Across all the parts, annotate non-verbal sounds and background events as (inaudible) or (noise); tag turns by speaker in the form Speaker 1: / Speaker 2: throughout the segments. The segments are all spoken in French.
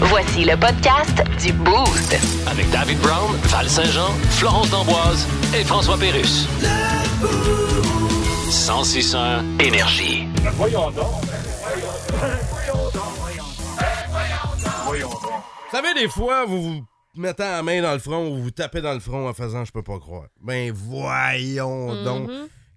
Speaker 1: Voici le podcast du Boost.
Speaker 2: Avec David Brown, Val Saint-Jean, Florence D'Amboise et François Pérus. 106 énergie.
Speaker 3: Vous savez, des fois, vous vous mettez la main dans le front ou vous tapez dans le front en faisant « je peux pas croire ». Ben voyons
Speaker 4: Mm-hmm.
Speaker 3: donc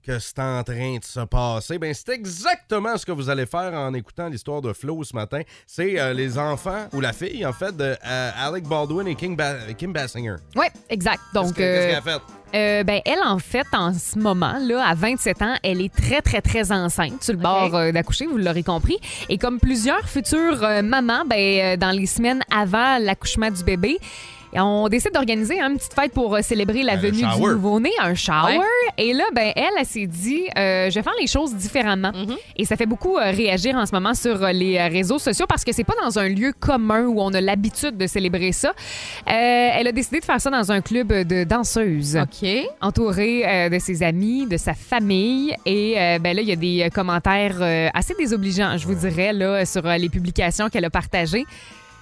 Speaker 3: que c'est en train de se passer. Ben c'est exactement ce que vous allez faire en écoutant l'histoire de Flo ce matin. C'est euh, les enfants, ou la fille en fait, de euh, Alec Baldwin et Kim, Ba- Kim Basinger.
Speaker 4: Oui, exact.
Speaker 3: Qu'est-ce
Speaker 4: Donc,
Speaker 3: que- qu'est-ce
Speaker 4: euh,
Speaker 3: qu'elle a fait?
Speaker 4: euh, ben, elle, en fait, en ce moment, là, à 27 ans, elle est très, très, très enceinte sur le bord euh, d'accoucher, vous l'aurez compris. Et comme plusieurs futures euh, mamans, ben, euh, dans les semaines avant l'accouchement du bébé, on décide d'organiser hein, une petite fête pour euh, célébrer la
Speaker 3: Un
Speaker 4: venue du
Speaker 3: Ben, shower.
Speaker 4: nouveau-né, un shower. Et là, ben, elle, elle s'est dit, euh, je vais faire les choses différemment. Et ça fait beaucoup euh, réagir en ce moment sur euh, les euh, réseaux sociaux parce que c'est pas dans un lieu commun où on a l'habitude de célébrer ça. Euh, elle a décidé de faire ça dans un club de danseuses
Speaker 5: OK.
Speaker 4: entourée euh, de ses amis, de sa famille. Et euh, ben là, il y a des euh, commentaires euh, assez désobligeants, je vous dirais, là, sur euh, les publications qu'elle a partagées.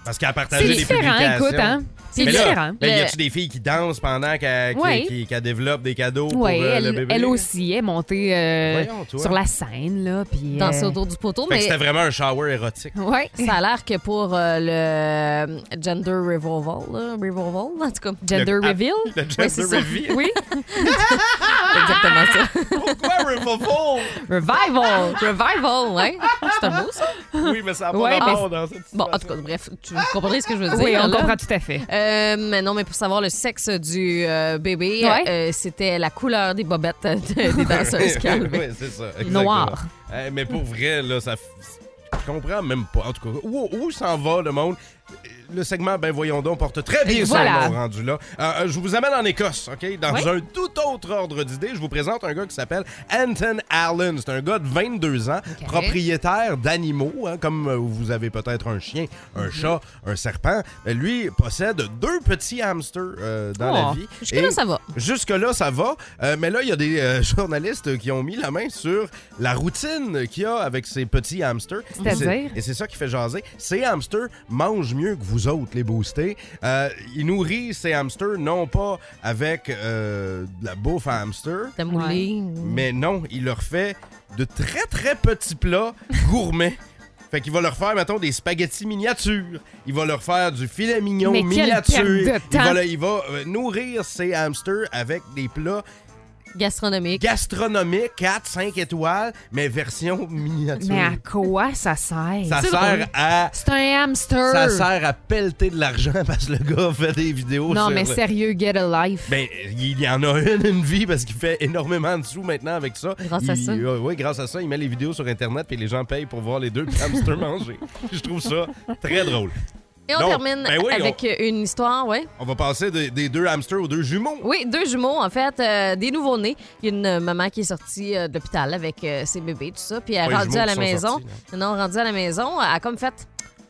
Speaker 3: Parce qu'elle a partagé
Speaker 4: C'est
Speaker 3: des
Speaker 4: différent,
Speaker 3: publications.
Speaker 4: écoute, hein? C'est
Speaker 3: Mais là,
Speaker 4: différent.
Speaker 3: ben, y
Speaker 5: Le-
Speaker 3: a-tu des filles qui dansent pendant qu'elles
Speaker 4: Ouais.
Speaker 3: qui- qui- qu'elles développent des cadeaux pour
Speaker 4: Oui,
Speaker 3: euh, le
Speaker 4: elle,
Speaker 3: bébé?
Speaker 4: elle aussi est montée euh,
Speaker 3: Voyons, toi.
Speaker 4: sur la scène, là, puis... euh,
Speaker 5: Danser autour du poteau,
Speaker 3: Fait que
Speaker 5: mais
Speaker 3: c'était vraiment un shower érotique.
Speaker 4: Oui.
Speaker 5: (laughs) ça a l'air que pour euh, le gender revolval, là, revolval, en tout cas.
Speaker 4: Gender
Speaker 3: Le- ah,
Speaker 4: reveal.
Speaker 3: Le
Speaker 5: Ouais,
Speaker 3: gender
Speaker 5: c'est ça.
Speaker 3: reveal.
Speaker 5: (laughs) Oui.
Speaker 3: Ah!
Speaker 5: Exactement ça. (laughs)
Speaker 3: Pourquoi revival?
Speaker 4: Revival.
Speaker 5: Revival, ouais. C'est un mot, ça.
Speaker 3: Oui, mais ça n'a pas
Speaker 4: Ouais,
Speaker 3: rapport dans cette
Speaker 5: Bon,
Speaker 3: situation.
Speaker 5: en tout cas, bref, tu vous comprenez ce que je veux dire.
Speaker 4: oui, on
Speaker 5: là.
Speaker 4: comprend tout à fait.
Speaker 5: Euh, mais non, mais pour savoir le sexe du euh, bébé,
Speaker 4: Ouais.
Speaker 5: euh, c'était la couleur des bobettes euh,
Speaker 3: (laughs)
Speaker 5: de- des danseuses qui enlevaient.
Speaker 3: Oui, c'est ça. exactement.
Speaker 4: Noir.
Speaker 3: Eh, mais pour vrai, là, ça. f- Je comprends même pas. En tout cas, où, où s'en va le monde? Le segment, ben voyons donc, porte très bien
Speaker 4: Voilà.
Speaker 3: son nom rendu là. Euh, euh, je vous amène en Écosse, OK? Dans
Speaker 4: Oui.
Speaker 3: un tout autre ordre d'idée, je vous présente un gars qui s'appelle Anton Allen. C'est un gars de 22 ans, propriétaire d'animaux, hein, comme euh, vous avez peut-être un chien,
Speaker 4: Mhm.
Speaker 3: un chat, un serpent. Euh, Lui possède deux petits hamsters euh, dans la
Speaker 4: Oh.
Speaker 3: vie.
Speaker 5: Jusque-là,
Speaker 3: Et-
Speaker 5: ça va.
Speaker 3: Jusque-là, ça va. Euh, mais là, il y a des euh, (laughs) journalistes qui ont mis la main sur la routine qu'il y a avec ces petits hamsters.
Speaker 4: C'est-à-dire?
Speaker 3: Et c'est- Et c'est ça qui fait jaser. Ces hamsters mangent mieux que vous autres, les boostés. Euh, ils nourrissent ces hamsters non pas avec euh, de la bouffe à hamster,
Speaker 5: T'as moulé.
Speaker 3: mais non, il leur fait de très très petits plats gourmets. (laughs) Fait qu'il va leur faire, mettons, des spaghettis miniatures. Il va leur faire du filet mignon
Speaker 4: Mais quelle
Speaker 3: miniature.
Speaker 4: perte
Speaker 3: Il
Speaker 4: de
Speaker 3: va,
Speaker 4: temps.
Speaker 3: le- il va, euh, nourrir ses hamsters avec des plats
Speaker 5: Gastronomique.
Speaker 3: gastronomiques, 4, 5 étoiles, mais version (laughs) miniature.
Speaker 4: Mais à quoi ça sert?
Speaker 3: ça
Speaker 4: C'est drôle.
Speaker 3: sert à.
Speaker 4: C'est un hamster.
Speaker 3: Ça sert à pelleter de l'argent (laughs) parce que le gars fait des vidéos
Speaker 4: non,
Speaker 3: sur
Speaker 4: mais
Speaker 3: le-
Speaker 4: sérieux, get a life.
Speaker 3: Ben, il y en a une, une vie, parce qu'il fait énormément de sous maintenant avec ça.
Speaker 5: Grâce à
Speaker 3: Il-
Speaker 5: ça.
Speaker 3: euh, oui, grâce à ça, il met les vidéos sur Internet, puis les gens payent pour voir les deux hamsters
Speaker 5: (laughs)
Speaker 3: manger. Je trouve ça très drôle.
Speaker 5: Et on
Speaker 3: Non.
Speaker 5: termine
Speaker 3: Ben oui,
Speaker 5: avec une histoire, ouais.
Speaker 3: On va passer de- des deux hamsters aux deux jumeaux.
Speaker 5: Oui, deux jumeaux, en fait, euh, des nouveaux-nés. Il y a une euh, maman qui est sortie euh, de l'hôpital avec euh, ses bébés, tout ça. Puis elle est
Speaker 3: Pas les
Speaker 5: rendue
Speaker 3: jumeaux
Speaker 5: à
Speaker 3: qui
Speaker 5: la
Speaker 3: sont
Speaker 5: maison.
Speaker 3: sortis, hein.
Speaker 5: non, rendue à la maison, elle a comme fait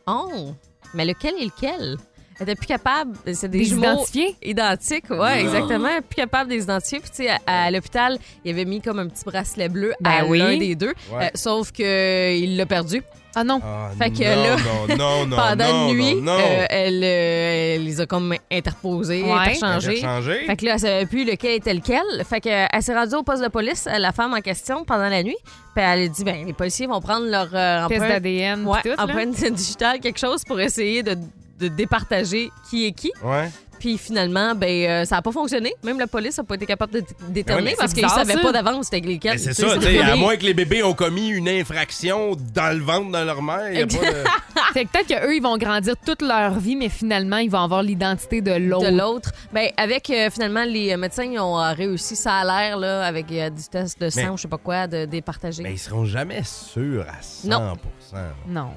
Speaker 5: Oh, mais lequel est lequel? Elle était plus capable. C'est des
Speaker 4: Des
Speaker 5: jumeaux
Speaker 4: identifiés?
Speaker 5: identiques, oui,
Speaker 3: Ah.
Speaker 5: exactement. Elle est Plus capable des identifier. Puis, tu sais, à, à l'hôpital, il avait mis comme un petit bracelet bleu à
Speaker 4: Ben oui.
Speaker 5: l'un des deux.
Speaker 3: Ouais.
Speaker 5: Euh, sauf qu'il l'a perdu.
Speaker 4: Ah non.
Speaker 3: Ah,
Speaker 5: Fait que
Speaker 3: non,
Speaker 5: là,
Speaker 3: non, non,
Speaker 5: (laughs)
Speaker 3: non,
Speaker 5: Pendant
Speaker 3: non,
Speaker 5: une nuit,
Speaker 3: non, non.
Speaker 5: euh, elle, euh, elle les a comme interposés,
Speaker 4: Ouais.
Speaker 5: interchangés.
Speaker 3: Interchangé.
Speaker 5: Fait que là, elle savait plus lequel était lequel. Fait que, euh, elle s'est rendue au poste de police, euh, la femme en question, pendant la nuit. Puis elle a dit, ben les policiers vont prendre leur euh,
Speaker 4: Test
Speaker 5: empreinte,
Speaker 4: d'ADN,
Speaker 5: ouais,
Speaker 4: tout, là.
Speaker 5: empreinte (laughs) digitale, quelque chose pour essayer de, de départager qui est qui.
Speaker 3: Ouais.
Speaker 5: Puis finalement, ben euh, ça n'a pas fonctionné. Même la police n'a pas été capable de dé-
Speaker 3: Mais
Speaker 5: déterminer
Speaker 3: oui,
Speaker 5: parce
Speaker 4: c'est
Speaker 5: qu'ils ne
Speaker 4: bizarre,
Speaker 5: savaient
Speaker 4: ça.
Speaker 5: pas d'avance c'était lequel.
Speaker 3: Mais c'est
Speaker 5: Tu sais,
Speaker 3: ça, tu sais,
Speaker 5: pas
Speaker 3: à
Speaker 5: des-
Speaker 3: moins que les bébés ont commis une infraction dans le ventre de leur mère, il y a pas de...
Speaker 4: Fait que peut-être qu'eux, ils vont grandir toute leur vie, mais finalement, ils vont avoir l'identité de l'autre.
Speaker 5: de l'autre. Ben, avec euh, finalement les euh, médecins, ils ont euh, réussi ça à l'air là, avec euh, du test de sang
Speaker 3: Mais-
Speaker 5: ou je sais pas quoi, de départager.
Speaker 3: Mais ils seront jamais sûrs à 100%.
Speaker 5: Non.
Speaker 4: Non.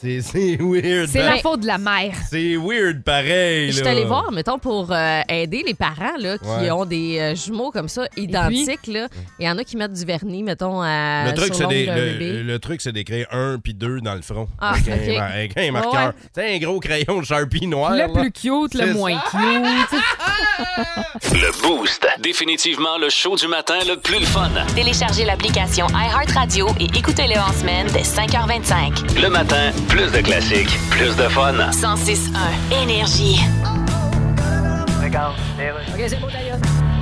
Speaker 3: C'est c'est weird.
Speaker 4: C'est
Speaker 3: hein?
Speaker 4: la faute de la mère.
Speaker 3: C'est weird pareil.
Speaker 5: Je suis
Speaker 3: là.
Speaker 5: allée voir, mettons, pour euh, aider les parents là, qui
Speaker 3: Ouais.
Speaker 5: ont des euh, jumeaux comme ça, identiques. là. Il y en a qui mettent du vernis, mettons, à,
Speaker 3: Le truc,
Speaker 5: euh, sur l'ongle
Speaker 3: c'est des-
Speaker 5: d'un
Speaker 3: le,
Speaker 5: bébé.
Speaker 3: le truc, c'est d'écrire un puis deux dans le front.
Speaker 5: Ah,
Speaker 3: avec,
Speaker 5: ok.
Speaker 3: un, mar- avec un marqueur. Tu sais, un gros crayon de Sharpie noir. là.
Speaker 4: le plus cute,
Speaker 3: Ah, C'est
Speaker 4: le moins cute.
Speaker 2: Le Boost. Définitivement le show du matin le plus le fun.
Speaker 1: Téléchargez l'application iHeartRadio et écoutez-le en semaine dès 5h25.
Speaker 2: Le matin, Plus de classiques, plus de fun.
Speaker 1: 106.1 Énergie.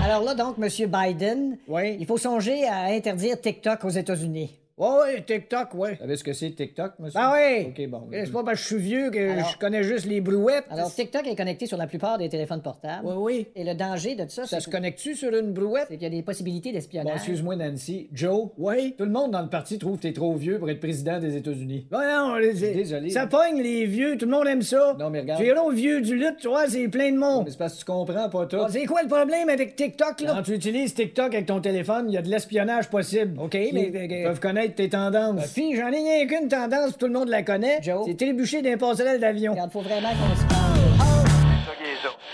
Speaker 6: Alors là, donc, M. Biden,
Speaker 7: Oui.
Speaker 6: il faut songer à interdire TikTok aux États-Unis.
Speaker 7: Ouais, ouais, TikTok, ouais.
Speaker 8: Vous savez ce que c'est TikTok, monsieur?
Speaker 7: Ah oui!
Speaker 8: OK, bon.
Speaker 7: C'est pas parce que je suis vieux que
Speaker 6: Alors-
Speaker 7: je connais juste les brouettes.
Speaker 6: Alors, TikTok est connecté sur la plupart des téléphones portables.
Speaker 7: Oui, oui.
Speaker 6: Et le danger de ça,
Speaker 7: Ça
Speaker 6: c'est
Speaker 7: se connecte-tu sur une
Speaker 6: c'est
Speaker 7: brouette?
Speaker 6: qu'il y a des possibilités
Speaker 8: Bon,
Speaker 6: d'espionnage.
Speaker 8: excuse-moi, Nancy. Joe?
Speaker 7: Oui.
Speaker 8: Tout le monde dans le parti trouve que t'es trop vieux pour être président des États-Unis.
Speaker 7: Non, non, les-
Speaker 8: Désolé.
Speaker 7: Ça pogne les vieux, tout le monde aime ça.
Speaker 8: Non, mais regarde.
Speaker 7: J'irai aux vieux du lutte, tu vois, c'est plein de monde.
Speaker 8: Mais c'est parce que tu comprends pas tout.
Speaker 7: Ah, c'est quoi le problème avec TikTok, là?
Speaker 8: Quand tu utilises TikTok avec ton téléphone, il y a de l'espionnage possible.
Speaker 7: OK,
Speaker 8: Ils
Speaker 7: mais- mais-
Speaker 8: peuvent connaître tes tendances.
Speaker 7: Puis j'en ai rien qu'une tendance, tout le monde la connaît.
Speaker 6: Joe.
Speaker 7: C'est trébucher d'un passerelle d'avion.
Speaker 6: Regarde, faut vraiment qu'on se parle.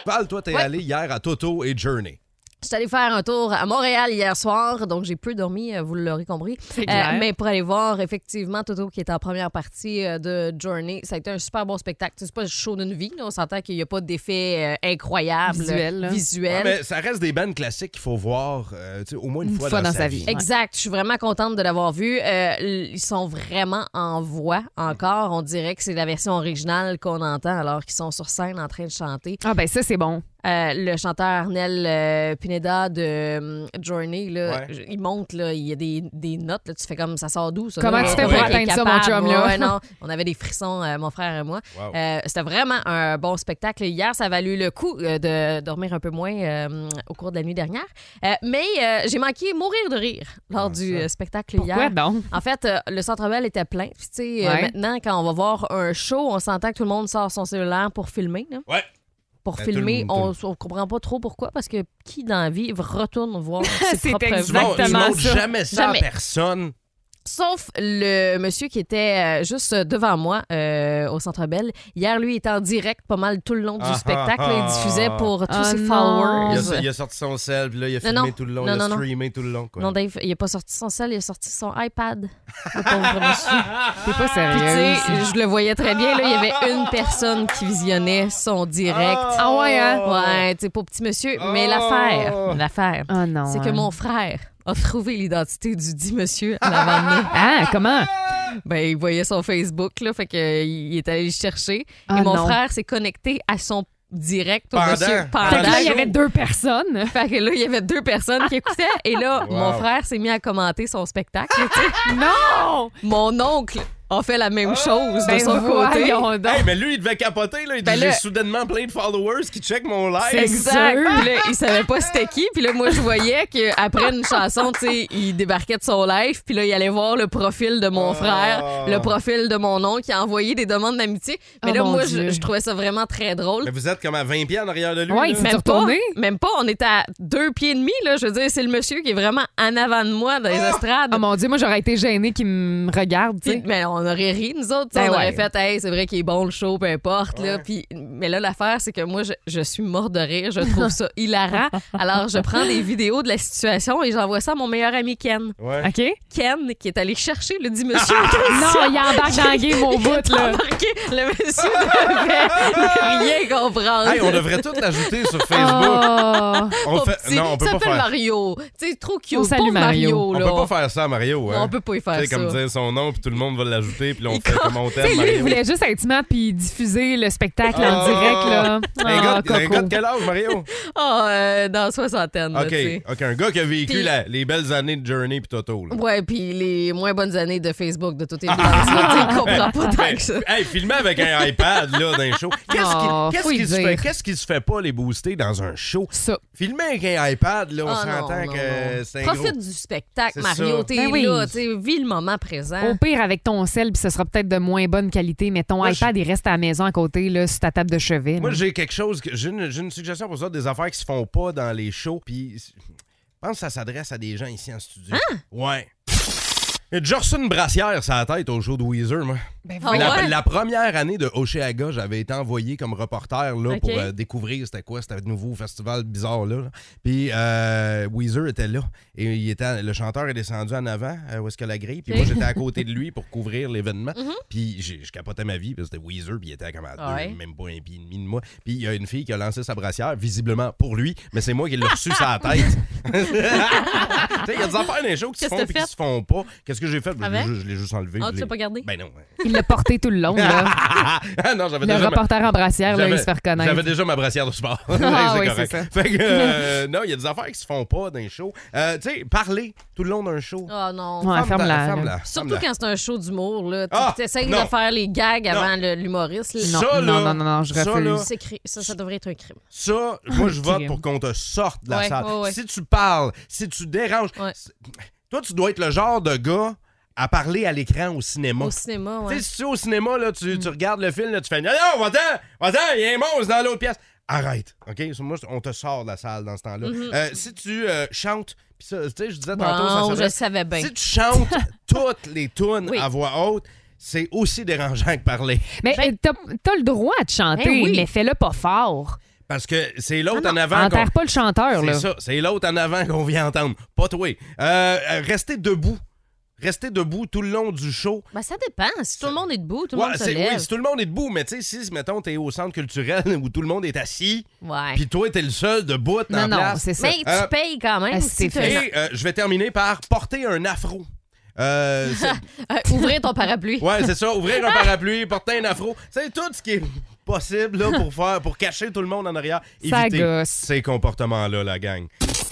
Speaker 3: Parle, toi, t'es allé hier à Toto et Journey.
Speaker 5: Je suis allée faire un tour à Montréal hier soir, donc j'ai peu dormi, euh, vous l'aurez compris.
Speaker 4: C'est clair.
Speaker 5: Euh, mais pour aller voir effectivement Toto qui est en première partie euh, de Journey, ça a été un super bon spectacle. Tu sais, C'est pas le show d'une vie, là. on s'entend qu'il n'y a pas d'effet euh, incroyable
Speaker 4: Visuel, là.
Speaker 5: visuel.
Speaker 3: Ah, mais ça reste des bandes classiques qu'il faut voir euh, tu sais, au moins une,
Speaker 4: Une fois dans sa vie. Ouais.
Speaker 5: Exact. Je suis vraiment contente de l'avoir vu. Euh, l- ils sont vraiment en voix encore. On dirait que c'est la version originale qu'on entend alors qu'ils sont sur scène en train de chanter.
Speaker 4: Ah, ben ça, c'est bon.
Speaker 5: Euh, le chanteur Arnel euh, Pineda de euh, Journey, là,
Speaker 3: Ouais.
Speaker 5: j- il monte, là, il y a des, des notes, là, tu fais comme ça sort d'où ça?
Speaker 4: Comment
Speaker 5: là?
Speaker 4: tu
Speaker 5: Ouais.
Speaker 4: fais pour
Speaker 5: Ouais.
Speaker 4: atteindre ça, mon
Speaker 5: Capable,
Speaker 4: chum, là?
Speaker 5: ouais, non. on avait des frissons, euh, mon frère et moi.
Speaker 3: Wow.
Speaker 5: Euh, C'était vraiment un bon spectacle. Hier, ça a valu le coup euh, de dormir un peu moins euh, au cours de la nuit dernière. Euh, mais euh, j'ai manqué mourir de rire lors du euh, spectacle
Speaker 4: Pourquoi
Speaker 5: hier.
Speaker 4: donc?
Speaker 5: En fait, euh, le Centre Bell était plein. Puis, tu sais, euh,
Speaker 4: Ouais.
Speaker 5: maintenant, quand on va voir un show, on s'entend que tout le monde sort son cellulaire pour filmer. là.
Speaker 3: Ouais.
Speaker 5: Pour
Speaker 3: Ben,
Speaker 5: filmer,
Speaker 3: tout le
Speaker 5: on,
Speaker 3: monde,
Speaker 5: on comprend pas trop pourquoi, parce que qui dans la vie retourne
Speaker 4: (laughs)
Speaker 5: voir ses
Speaker 4: C'est
Speaker 5: propres
Speaker 3: Tu montres- tu
Speaker 4: Exactement
Speaker 3: montres
Speaker 4: ça.
Speaker 3: jamais ça à
Speaker 5: Jamais.
Speaker 3: personne.
Speaker 5: Sauf le monsieur qui était euh, juste devant moi euh, au Centre Bell. Hier, lui, il était en direct pas mal tout le long du
Speaker 3: Ah,
Speaker 5: spectacle.
Speaker 3: ah,
Speaker 5: il diffusait
Speaker 3: ah.
Speaker 5: pour tous
Speaker 4: Ah,
Speaker 5: ses
Speaker 4: non.
Speaker 5: followers.
Speaker 3: Il a, il a sorti son sel, puis là, il a filmé
Speaker 5: Non, non.
Speaker 3: tout le long,
Speaker 5: Non,
Speaker 3: il a
Speaker 5: non, non.
Speaker 3: streamé tout le long. Quoi.
Speaker 5: Non, Dave, il n'a pas sorti son sel, il a sorti son iPad. Le pauvre
Speaker 4: (laughs)
Speaker 5: monsieur.
Speaker 4: T'es pas
Speaker 5: Ah, Puis, tu
Speaker 4: sérieux.
Speaker 5: sais, je le voyais très bien. Là, il y avait une personne qui visionnait son direct.
Speaker 4: Ah ouais, hein?
Speaker 5: Ouais, tu sais, pour petit monsieur. Mais
Speaker 3: Oh.
Speaker 5: l'affaire, l'affaire,
Speaker 4: Ah non.
Speaker 5: c'est que
Speaker 4: hein.
Speaker 5: mon frère a trouvé l'identité du dit monsieur à
Speaker 4: (laughs)
Speaker 5: l'avant de nous.
Speaker 4: Ah, comment?
Speaker 5: Ben, il voyait son Facebook, là, fait que, euh, il est allé le chercher.
Speaker 4: Ah,
Speaker 5: et mon
Speaker 4: non.
Speaker 5: frère s'est connecté à son direct au
Speaker 3: Pendant.
Speaker 5: monsieur
Speaker 4: Fait que là, il y
Speaker 3: show.
Speaker 4: avait deux personnes.
Speaker 5: Fait que là, il y avait deux personnes qui écoutaient. Et là,
Speaker 3: Wow.
Speaker 5: mon frère s'est mis à commenter son spectacle. tu sais.
Speaker 4: Non!
Speaker 5: mon oncle a fait la même chose de
Speaker 4: Ben,
Speaker 5: son côté.
Speaker 4: voyons donc.
Speaker 3: Hey, mais lui, il devait capoter. Là. Il dit
Speaker 5: Ben
Speaker 3: J'ai
Speaker 5: là-
Speaker 3: soudainement plein de followers qui checkent mon live.
Speaker 4: C'est-
Speaker 5: Exact.
Speaker 4: sûr.
Speaker 5: Puis là, il savait pas c'était qui. Puis là, moi, je voyais qu'après une chanson, tu sais, il débarquait de son live. Puis là, il allait voir le profil de mon
Speaker 3: Ah.
Speaker 5: frère, le profil de mon oncle, qui a envoyé des demandes d'amitié. Mais
Speaker 4: Oh,
Speaker 5: là,
Speaker 4: mon
Speaker 5: moi,
Speaker 4: Dieu.
Speaker 5: je, je trouvais ça vraiment très drôle.
Speaker 3: Mais vous êtes comme à 20 pieds en arrière de lui.
Speaker 4: Ouais,
Speaker 3: là.
Speaker 4: il s'est
Speaker 5: Même pas,
Speaker 4: retourné.
Speaker 5: même pas, on est à deux pieds et demi, là. Je veux dire, c'est le monsieur qui est vraiment en avant de moi dans les estrades.
Speaker 4: Oh mon Dieu, moi, j'aurais été gênée qu'il me regarde, tu
Speaker 5: Puis,
Speaker 4: sais.
Speaker 5: mais on aurait ri, nous autres. tu sais,
Speaker 4: Ben
Speaker 5: on aurait
Speaker 4: ouais.
Speaker 5: fait, hey, c'est vrai qu'il est bon le show, peu importe. Là, Puis- mais là, l'affaire, c'est que moi, je, je suis mort de rire. Je trouve ça hilarant. Alors, je prends des vidéos de la situation et j'envoie ça à mon meilleur ami Ken.
Speaker 3: Ouais.
Speaker 4: OK?
Speaker 5: Ken, qui est allé chercher le dit monsieur.
Speaker 3: Ah!
Speaker 5: (laughs)
Speaker 4: Non, il embarque dans le game au bout, là.
Speaker 5: Remarquez, le monsieur
Speaker 3: (laughs)
Speaker 5: devait rien comprendre.
Speaker 3: Hey, on devrait tout l'ajouter sur Facebook.
Speaker 4: Oh.
Speaker 3: on
Speaker 5: Pauvre
Speaker 3: fait-
Speaker 5: Ah, petit,
Speaker 3: Non, on
Speaker 5: il
Speaker 3: peut pas
Speaker 5: s'appelle
Speaker 3: faire.
Speaker 5: Mario. Tu sais, trop cute.
Speaker 4: On salue
Speaker 5: Pauvre
Speaker 4: Mario.
Speaker 5: Mario.
Speaker 3: On
Speaker 5: là.
Speaker 3: peut pas faire ça à Mario.
Speaker 5: Non,
Speaker 3: Hein?
Speaker 5: on peut pas y faire
Speaker 3: Tu sais,
Speaker 5: ça.
Speaker 3: comme dire son nom, puis tout le monde va l'ajouter, puis là, on
Speaker 5: Il
Speaker 3: fait
Speaker 5: compte.
Speaker 3: comme on
Speaker 4: Tu sais,
Speaker 3: t'aime,
Speaker 4: lui, il
Speaker 3: Mario.
Speaker 4: voulait juste intimement puis diffuser le spectacle en
Speaker 3: Ah.
Speaker 4: direct, là.
Speaker 5: Oh!
Speaker 3: Un gars,
Speaker 4: Ah,
Speaker 3: un gars de
Speaker 4: coco.
Speaker 3: quel
Speaker 5: (laughs)
Speaker 3: âge, Mario?
Speaker 5: Ah, euh, dans la soixantaine. là,
Speaker 3: OK,
Speaker 5: tu sais.
Speaker 3: OK, un gars qui a vécu
Speaker 5: Puis-
Speaker 3: la- les belles années de Journey puis Toto. Là.
Speaker 5: Ouais, puis les moins bonnes années de Facebook, de toute évidence. là,
Speaker 3: (laughs)
Speaker 5: tu sais, comprends pas
Speaker 3: Ben,
Speaker 5: tant que ça.
Speaker 3: Hey, filmer
Speaker 5: (laughs)
Speaker 3: avec un iPad là, d'un show. Qu'est-ce qui,
Speaker 4: Oh,
Speaker 3: qu'est-ce
Speaker 4: faut
Speaker 3: qui
Speaker 4: y
Speaker 3: se
Speaker 4: dire.
Speaker 3: fait, qu'est-ce qui se fait pas les booster dans un show?
Speaker 4: Ça.
Speaker 3: Filmer avec un iPad, là, on
Speaker 5: Ah, non,
Speaker 3: s'entend
Speaker 5: non,
Speaker 3: que
Speaker 5: non.
Speaker 3: c'est un
Speaker 5: Profite
Speaker 3: gros-
Speaker 5: du spectacle,
Speaker 3: C'est
Speaker 5: Mario.
Speaker 3: ça.
Speaker 5: T'es
Speaker 4: Ben oui.
Speaker 5: là, tu sais, vis le moment présent.
Speaker 4: Au pire, avec ton sel, puis ce sera peut-être de moins bonne qualité, mais ton
Speaker 3: Moi, je-
Speaker 4: iPad, il reste à la maison à côté, là, sur ta table de chevet.
Speaker 3: Moi,
Speaker 4: là.
Speaker 3: j'ai quelque chose, que- j'ai une, j'ai une suggestion pour ça, des affaires qui se font pas dans les shows, puis je pense que ça s'adresse à des gens ici en studio. Ouais. Et Jorson Brassière, ça a tête au show de Weezer, moi.
Speaker 5: Ah
Speaker 3: la,
Speaker 5: ouais?
Speaker 3: la première année de Oceaga, j'avais été envoyé comme reporter là,
Speaker 5: Ok.
Speaker 3: pour euh, découvrir c'était quoi, c'était nouveau festival bizarre là. là. Puis euh, Weezer était là et il était, le chanteur est descendu en avant, euh, où est-ce que la grille, puis
Speaker 5: Ok. Mhm.
Speaker 3: moi j'étais à
Speaker 5: (laughs)
Speaker 3: côté de lui pour couvrir l'événement. Puis j'ai- je capotais ma vie, parce que c'était Weezer, puis il était comme à deux,
Speaker 5: Ouais.
Speaker 3: même pas un pied et demi de moi. Puis il y a une fille qui a lancé sa brassière, visiblement pour lui, mais c'est moi qui l'ai reçu sa
Speaker 5: (laughs)
Speaker 3: tête. Tu sais, Il y a des affaires dans les shows qui se
Speaker 5: Qu'est-ce
Speaker 3: font
Speaker 5: que
Speaker 3: puis
Speaker 5: t'as
Speaker 3: qui se font pas. Qu'est-ce que j'ai fait? Ben, Je l'ai
Speaker 5: Avec?
Speaker 3: ju- Je l'ai juste enlevé.
Speaker 5: Ah,
Speaker 3: je
Speaker 5: tu
Speaker 3: l'ai-
Speaker 5: l'as pas gardé?
Speaker 3: Ben non.
Speaker 4: Il il l'a porté tout le long.
Speaker 3: (laughs)
Speaker 4: là.
Speaker 3: ah non, j'avais
Speaker 4: Le
Speaker 3: déjà. ma-
Speaker 4: reporter en brassière, là,
Speaker 3: j'avais-
Speaker 4: il se fait reconnaître.
Speaker 3: J'avais déjà ma brassière de sport. (laughs)
Speaker 4: Ah oui,
Speaker 3: correct.
Speaker 4: c'est ça. (laughs)
Speaker 3: Fait que, euh, non, il y a des affaires qui se font pas dans les shows. Euh, tu sais, parler tout le long d'un show.
Speaker 5: Oh non.
Speaker 4: Ouais,
Speaker 3: Ferme-la,
Speaker 4: ferme-la, là.
Speaker 3: ferme-la,
Speaker 5: Surtout
Speaker 3: ferme-la.
Speaker 5: quand c'est un show d'humour, là. Tu
Speaker 3: Ah,
Speaker 5: essaies de
Speaker 3: non.
Speaker 5: faire les gags avant le- l'humoriste. là.
Speaker 4: Non,
Speaker 3: Ça,
Speaker 4: non,
Speaker 3: là,
Speaker 4: non, non, non, je
Speaker 3: ça,
Speaker 4: refuse.
Speaker 3: là,
Speaker 5: C'est cri- Ça, ça devrait être un crime.
Speaker 3: Ça, moi,
Speaker 4: (laughs)
Speaker 3: je vote
Speaker 4: Crime.
Speaker 3: pour qu'on te sorte de la
Speaker 5: Ouais,
Speaker 3: salle.
Speaker 5: ouais, ouais.
Speaker 3: Si tu parles, si tu déranges.
Speaker 5: Ouais.
Speaker 3: c'est- Toi, tu dois être le genre de gars à parler à l'écran au cinéma.
Speaker 5: Au cinéma, ouais. Mm.
Speaker 3: Tu sais, si tu es au cinéma, là, tu, tu regardes le film, là, tu fais Non, non, va-t'en, va-t'en, il y a un monstre dans l'autre pièce. Arrête, OK? So, Moi, on te sort de la salle dans ce temps-là. Euh, si tu euh, chantes, pis ça, tu sais, je disais tantôt, ça
Speaker 5: Mm-hmm. Bon, je
Speaker 3: serait-
Speaker 5: savais bien.
Speaker 3: Si tu
Speaker 5: (laughs)
Speaker 3: chantes toutes les tunes
Speaker 5: Oui.
Speaker 3: à voix haute, c'est aussi dérangeant que parler.
Speaker 4: Mais euh, t'as t'as le droit de chanter,
Speaker 5: Ben oui.
Speaker 4: mais fais-le pas fort.
Speaker 3: Parce que c'est l'autre
Speaker 5: Ah
Speaker 3: en avant. qu'on-
Speaker 4: Enterre pas le chanteur, là.
Speaker 3: C'est ça, c'est l'autre en avant qu'on vient entendre. Pas toi. Euh, euh, restez debout. Restez debout tout le long du show.
Speaker 5: Ben, ça dépend. Si tout le monde est debout, tout le
Speaker 3: Ouais,
Speaker 5: monde se
Speaker 3: c'est-
Speaker 5: lève.
Speaker 3: oui, si tout le monde est debout, mais tu sais, si, mettons, t'es au centre culturel (laughs) où tout le monde est assis,
Speaker 5: Ouais.
Speaker 3: puis toi, t'es le seul debout en
Speaker 4: Non, non,
Speaker 3: place.
Speaker 4: c'est ça.
Speaker 5: Mais tu
Speaker 3: Euh,
Speaker 5: payes quand
Speaker 4: ah,
Speaker 5: même.
Speaker 4: c'est
Speaker 5: si t'as-
Speaker 4: fait.
Speaker 3: Et euh, je vais terminer par porter un afro. Euh,
Speaker 4: (laughs)
Speaker 3: c'est-
Speaker 5: Euh, Ouvrir ton parapluie.
Speaker 3: ouais, c'est ça, ouvrir un parapluie, porter un afro. C'est tout ce qui est possible là, pour faire pour cacher tout le monde en arrière.
Speaker 4: Ça
Speaker 3: Évitez
Speaker 4: gosse.
Speaker 3: ces comportements-là, la gang.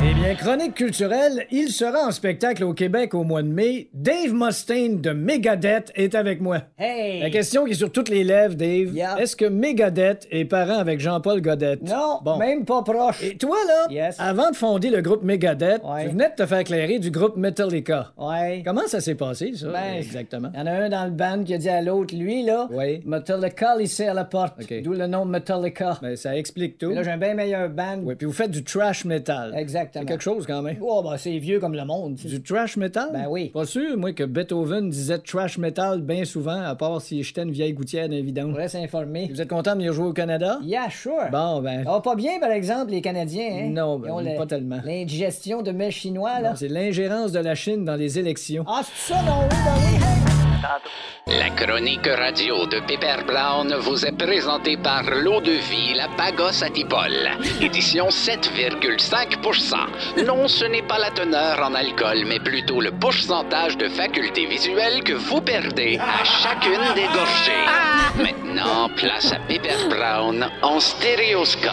Speaker 7: Eh bien, chronique culturelle, il sera en spectacle au Québec au mois de mai. Dave Mustaine de Megadeth est avec moi.
Speaker 6: Hey!
Speaker 8: La question qui est sur toutes les lèvres, Dave,
Speaker 6: Yeah.
Speaker 8: est-ce que Megadeth est parent avec Jean-Paul Godette?
Speaker 6: Non,
Speaker 8: Bon.
Speaker 6: même pas proche.
Speaker 8: Et toi, là,
Speaker 6: Yes.
Speaker 8: avant de fonder le groupe Megadeth,
Speaker 6: Ouais.
Speaker 8: tu venais de te faire éclairer du groupe Metallica.
Speaker 6: Ouais.
Speaker 8: Comment ça s'est passé, ça,
Speaker 6: Ben,
Speaker 8: exactement?
Speaker 6: Il y en a un dans le band qui a dit à l'autre, lui, là,
Speaker 8: Oui.
Speaker 6: Metallica, ici à la porte.
Speaker 8: Ok.
Speaker 6: D'où le nom Metallica.
Speaker 8: Ben, ça explique tout.
Speaker 6: Mais là, j'ai un bien meilleur band.
Speaker 8: Oui, puis vous faites du trash metal.
Speaker 6: Exactement.
Speaker 8: C'est quelque chose, quand même.
Speaker 6: Oh, ben, c'est vieux comme le monde.
Speaker 8: Du trash metal?
Speaker 6: Ben oui.
Speaker 8: Pas sûr, moi, que Beethoven disait trash metal bien souvent, à part s'il jetait une vieille gouttière d'un
Speaker 6: On
Speaker 8: vidange.
Speaker 6: pourrait s'informer.
Speaker 8: Vous êtes content de venir jouer au Canada?
Speaker 6: Yeah, sure.
Speaker 8: Bon, ben.
Speaker 6: Ah, pas bien, par exemple, les Canadiens, hein?
Speaker 8: Non, ben,
Speaker 6: Ils ont
Speaker 8: pas tellement.
Speaker 6: L'indigestion de mets chinois, là.
Speaker 8: C'est l'ingérence de la Chine dans les élections.
Speaker 6: ah, c'est ça, non? Oui, ben
Speaker 9: La chronique radio de Pepper Brown vous est présentée par l'eau de vie La Pagos à Tipol. Édition 7,5 Non, ce n'est pas la teneur en alcool, mais plutôt le pourcentage de facultés visuelles que vous perdez à chacune des gorgées. Maintenant, place à Pepper Brown en stéréoscope.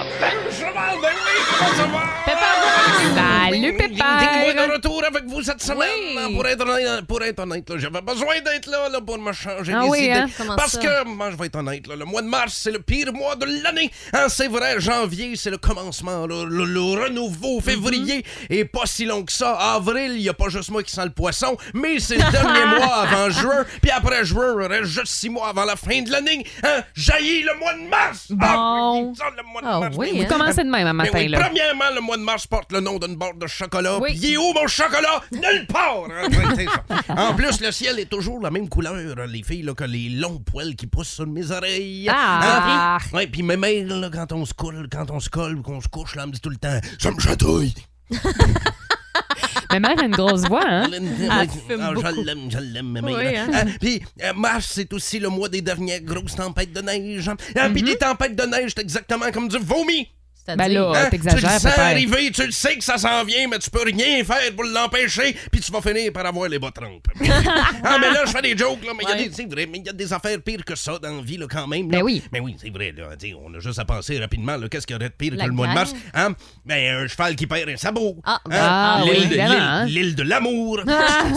Speaker 4: Salut,
Speaker 3: Dites-moi
Speaker 4: Pépère!
Speaker 3: de retour avec vous cette semaine.
Speaker 5: Oui.
Speaker 3: Pour être honnête, euh, pour être honnête là, j'avais besoin d'être là, là, pour me changer
Speaker 4: Ah
Speaker 3: les
Speaker 4: oui,
Speaker 3: idées.
Speaker 4: hein?
Speaker 5: Comment
Speaker 3: Parce
Speaker 5: ça?
Speaker 3: que, moi, je vais être honnête, là, le mois de mars, c'est le pire mois de l'année. Hein, c'est vrai, janvier, c'est le commencement, le, le- le
Speaker 4: Mm-hmm.
Speaker 3: renouveau. Février, et pas si long que ça. Avril, il n'y a pas juste moi qui sent le poisson, mais c'est le dernier
Speaker 4: (laughs)
Speaker 3: mois avant juin. Puis après juin, il reste juste six mois avant la fin de l'année. Hein, jaillit le mois de mars. Ah,
Speaker 4: Bon.
Speaker 3: oui, ça, le mois de
Speaker 5: Ah
Speaker 3: mars.
Speaker 5: oui,
Speaker 3: mais
Speaker 5: hein?
Speaker 4: Commencez de même
Speaker 3: mais
Speaker 4: un matin,
Speaker 3: Ben oui,
Speaker 4: là.
Speaker 3: premièrement, le mois de mars porte le nom d'une barre de chocolat.
Speaker 4: Oui.
Speaker 3: Puis il est où mon chocolat? Nulle part! hein. Ouais, c'est ça. en plus, le ciel est toujours la même couleur, hein, les filles, là, que les longs poils qui poussent sur mes oreilles.
Speaker 4: Ah!
Speaker 3: Hein? Ouais, puis mes mails, là, quand on se coule, quand on se colle ou qu'on se couche, là, elle me dit tout le temps, ça me chatouille.
Speaker 4: Ma mère a une grosse voix,
Speaker 5: (laughs)
Speaker 4: hein?
Speaker 3: Ah,
Speaker 5: fume
Speaker 3: je l'aime, je l'aime, ma mère.
Speaker 5: Oui, hein.
Speaker 3: Ah, Puis, euh, mars, c'est aussi le mois des dernières grosses tempêtes de neige. Ah, Puis, des tempêtes de neige, c'est exactement comme du vomi.
Speaker 4: Ben là,
Speaker 3: Hein? Tu le
Speaker 4: t'exagères,
Speaker 3: sens
Speaker 4: Pépère.
Speaker 3: arriver, tu le sais que ça s'en vient, mais tu peux rien faire pour l'empêcher, puis tu vas finir par avoir les bas
Speaker 4: (laughs)
Speaker 3: trempes. ah, mais là, je fais des jokes, là, mais il y a des- c'est vrai, mais il y a des affaires pires que ça dans la vie, là, quand même. là.
Speaker 4: Ben oui.
Speaker 3: Mais oui, c'est vrai, là, tu sais, on a juste à penser rapidement, là, qu'est-ce qu'il y aurait de pire
Speaker 5: La
Speaker 3: que le mois de
Speaker 5: guerre.
Speaker 3: mars? Hein? Ben, un cheval qui perd un sabot.
Speaker 5: Ah,
Speaker 3: Hein?
Speaker 4: ah oui,
Speaker 3: L'île de-
Speaker 4: évidemment,
Speaker 3: l'île-
Speaker 4: hein.
Speaker 3: L'île de
Speaker 4: (laughs)
Speaker 3: l'amour,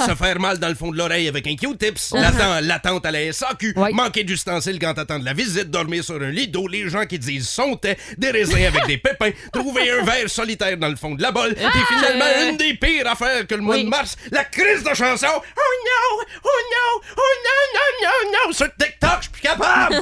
Speaker 3: se faire mal dans le fond de l'oreille avec un Q-tips,
Speaker 4: Ah.
Speaker 3: l'attente- l'attente à la SAQ,
Speaker 4: Ouais.
Speaker 3: manquer d'ustensiles quand t'attends de la visite, dormir sur un lit d'eau, les gens qui disent son thé, des raisins avec
Speaker 5: (laughs)
Speaker 3: des pépins, trouver un verre solitaire dans le fond de la bolle,
Speaker 5: Ah!
Speaker 3: et finalement
Speaker 5: Euh.
Speaker 3: une des pires affaires que le mois de mars, la crise de chanson. Oh non! Oh non! Oh non, non, non, non! Sur TikTok, je suis plus
Speaker 5: (laughs)
Speaker 3: capable!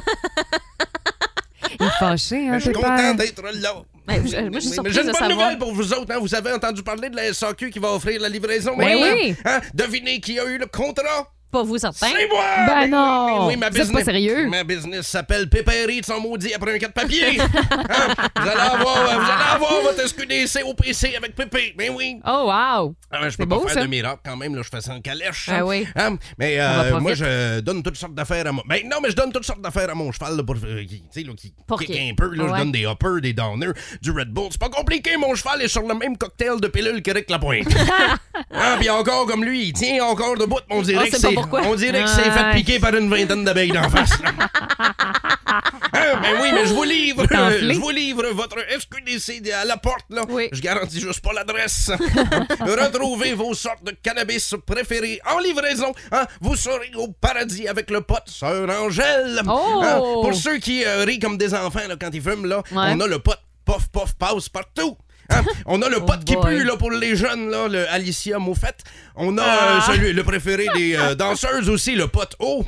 Speaker 4: Il est fâché, hein,
Speaker 3: Je suis
Speaker 4: Pépère?
Speaker 3: content d'être là.
Speaker 5: Ben, je- moi, je suis
Speaker 3: Mais
Speaker 5: surprise
Speaker 3: J'ai une
Speaker 5: de
Speaker 3: bonne
Speaker 5: savoir.
Speaker 3: nouvelle pour vous autres. hein. Vous avez entendu parler de la SAQ qui va offrir la livraison.
Speaker 4: Ben
Speaker 3: maintenant,
Speaker 4: oui.
Speaker 3: hein. Devinez qui a eu le contrat.
Speaker 5: pas vous certain.
Speaker 3: C'est moi!
Speaker 4: Ben
Speaker 3: Mais
Speaker 4: non!
Speaker 3: oui, oui, ma
Speaker 4: Ça, c'est
Speaker 3: business-
Speaker 4: pas sérieux.
Speaker 3: Ma business s'appelle Pépéry de son maudit après un 4 papier. (laughs) Hein? Vous allez avoir, euh, vous allez avoir votre SQDC au PC avec Pépé. Mais oui.
Speaker 4: Oh, wow!
Speaker 3: Ah, ben, je
Speaker 4: C'est
Speaker 3: peux pas
Speaker 4: beau,
Speaker 3: faire
Speaker 4: ça.
Speaker 3: de miracle quand même, là, je fais ça en calèche.
Speaker 5: Ah
Speaker 3: hein.
Speaker 5: oui.
Speaker 3: Hein? Mais euh,
Speaker 5: On va pas
Speaker 3: moi,
Speaker 5: vite.
Speaker 3: je donne toutes sortes d'affaires à mon. Ben non, mais je donne toutes sortes d'affaires à mon cheval là, pour euh, qui- tu sais, là, qui
Speaker 5: Pour
Speaker 3: kick
Speaker 5: qu'il-
Speaker 3: un peu. Là,
Speaker 5: Ouais.
Speaker 3: Je donne des hoppers, des downers, du Red Bull. C'est pas compliqué, mon cheval est sur le même cocktail de pilules
Speaker 5: (laughs)
Speaker 3: qu'Éric Lapointe. ah, puis encore comme lui, il tient encore debout, on dirait
Speaker 5: On sait
Speaker 3: que
Speaker 5: Oh, pas
Speaker 3: c'est.
Speaker 5: pourquoi.
Speaker 3: On dirait que c'est
Speaker 4: Ouais.
Speaker 3: fait piquer par une vingtaine d'abeilles d'en face. là. Hein, ben oui, mais je vous livre,
Speaker 4: est enflé.
Speaker 3: je vous livre votre SQDC à la porte, là.
Speaker 5: Oui.
Speaker 3: Je garantis juste pas l'adresse. (laughs) Retrouvez vos sortes de cannabis préférées en livraison. hein. Vous serez au paradis avec le pote Sœur Angèle.
Speaker 4: Oh!
Speaker 3: Hein, Pour ceux qui euh, rient comme des enfants là, quand ils fument, là, on a le pote Pof Pof Passe partout. Hein, On a le pote qui
Speaker 5: boy.
Speaker 3: pue là, pour les jeunes, là, le Alicia Moffett. On a euh, celui, le préféré des euh, danseuses aussi, le pote O.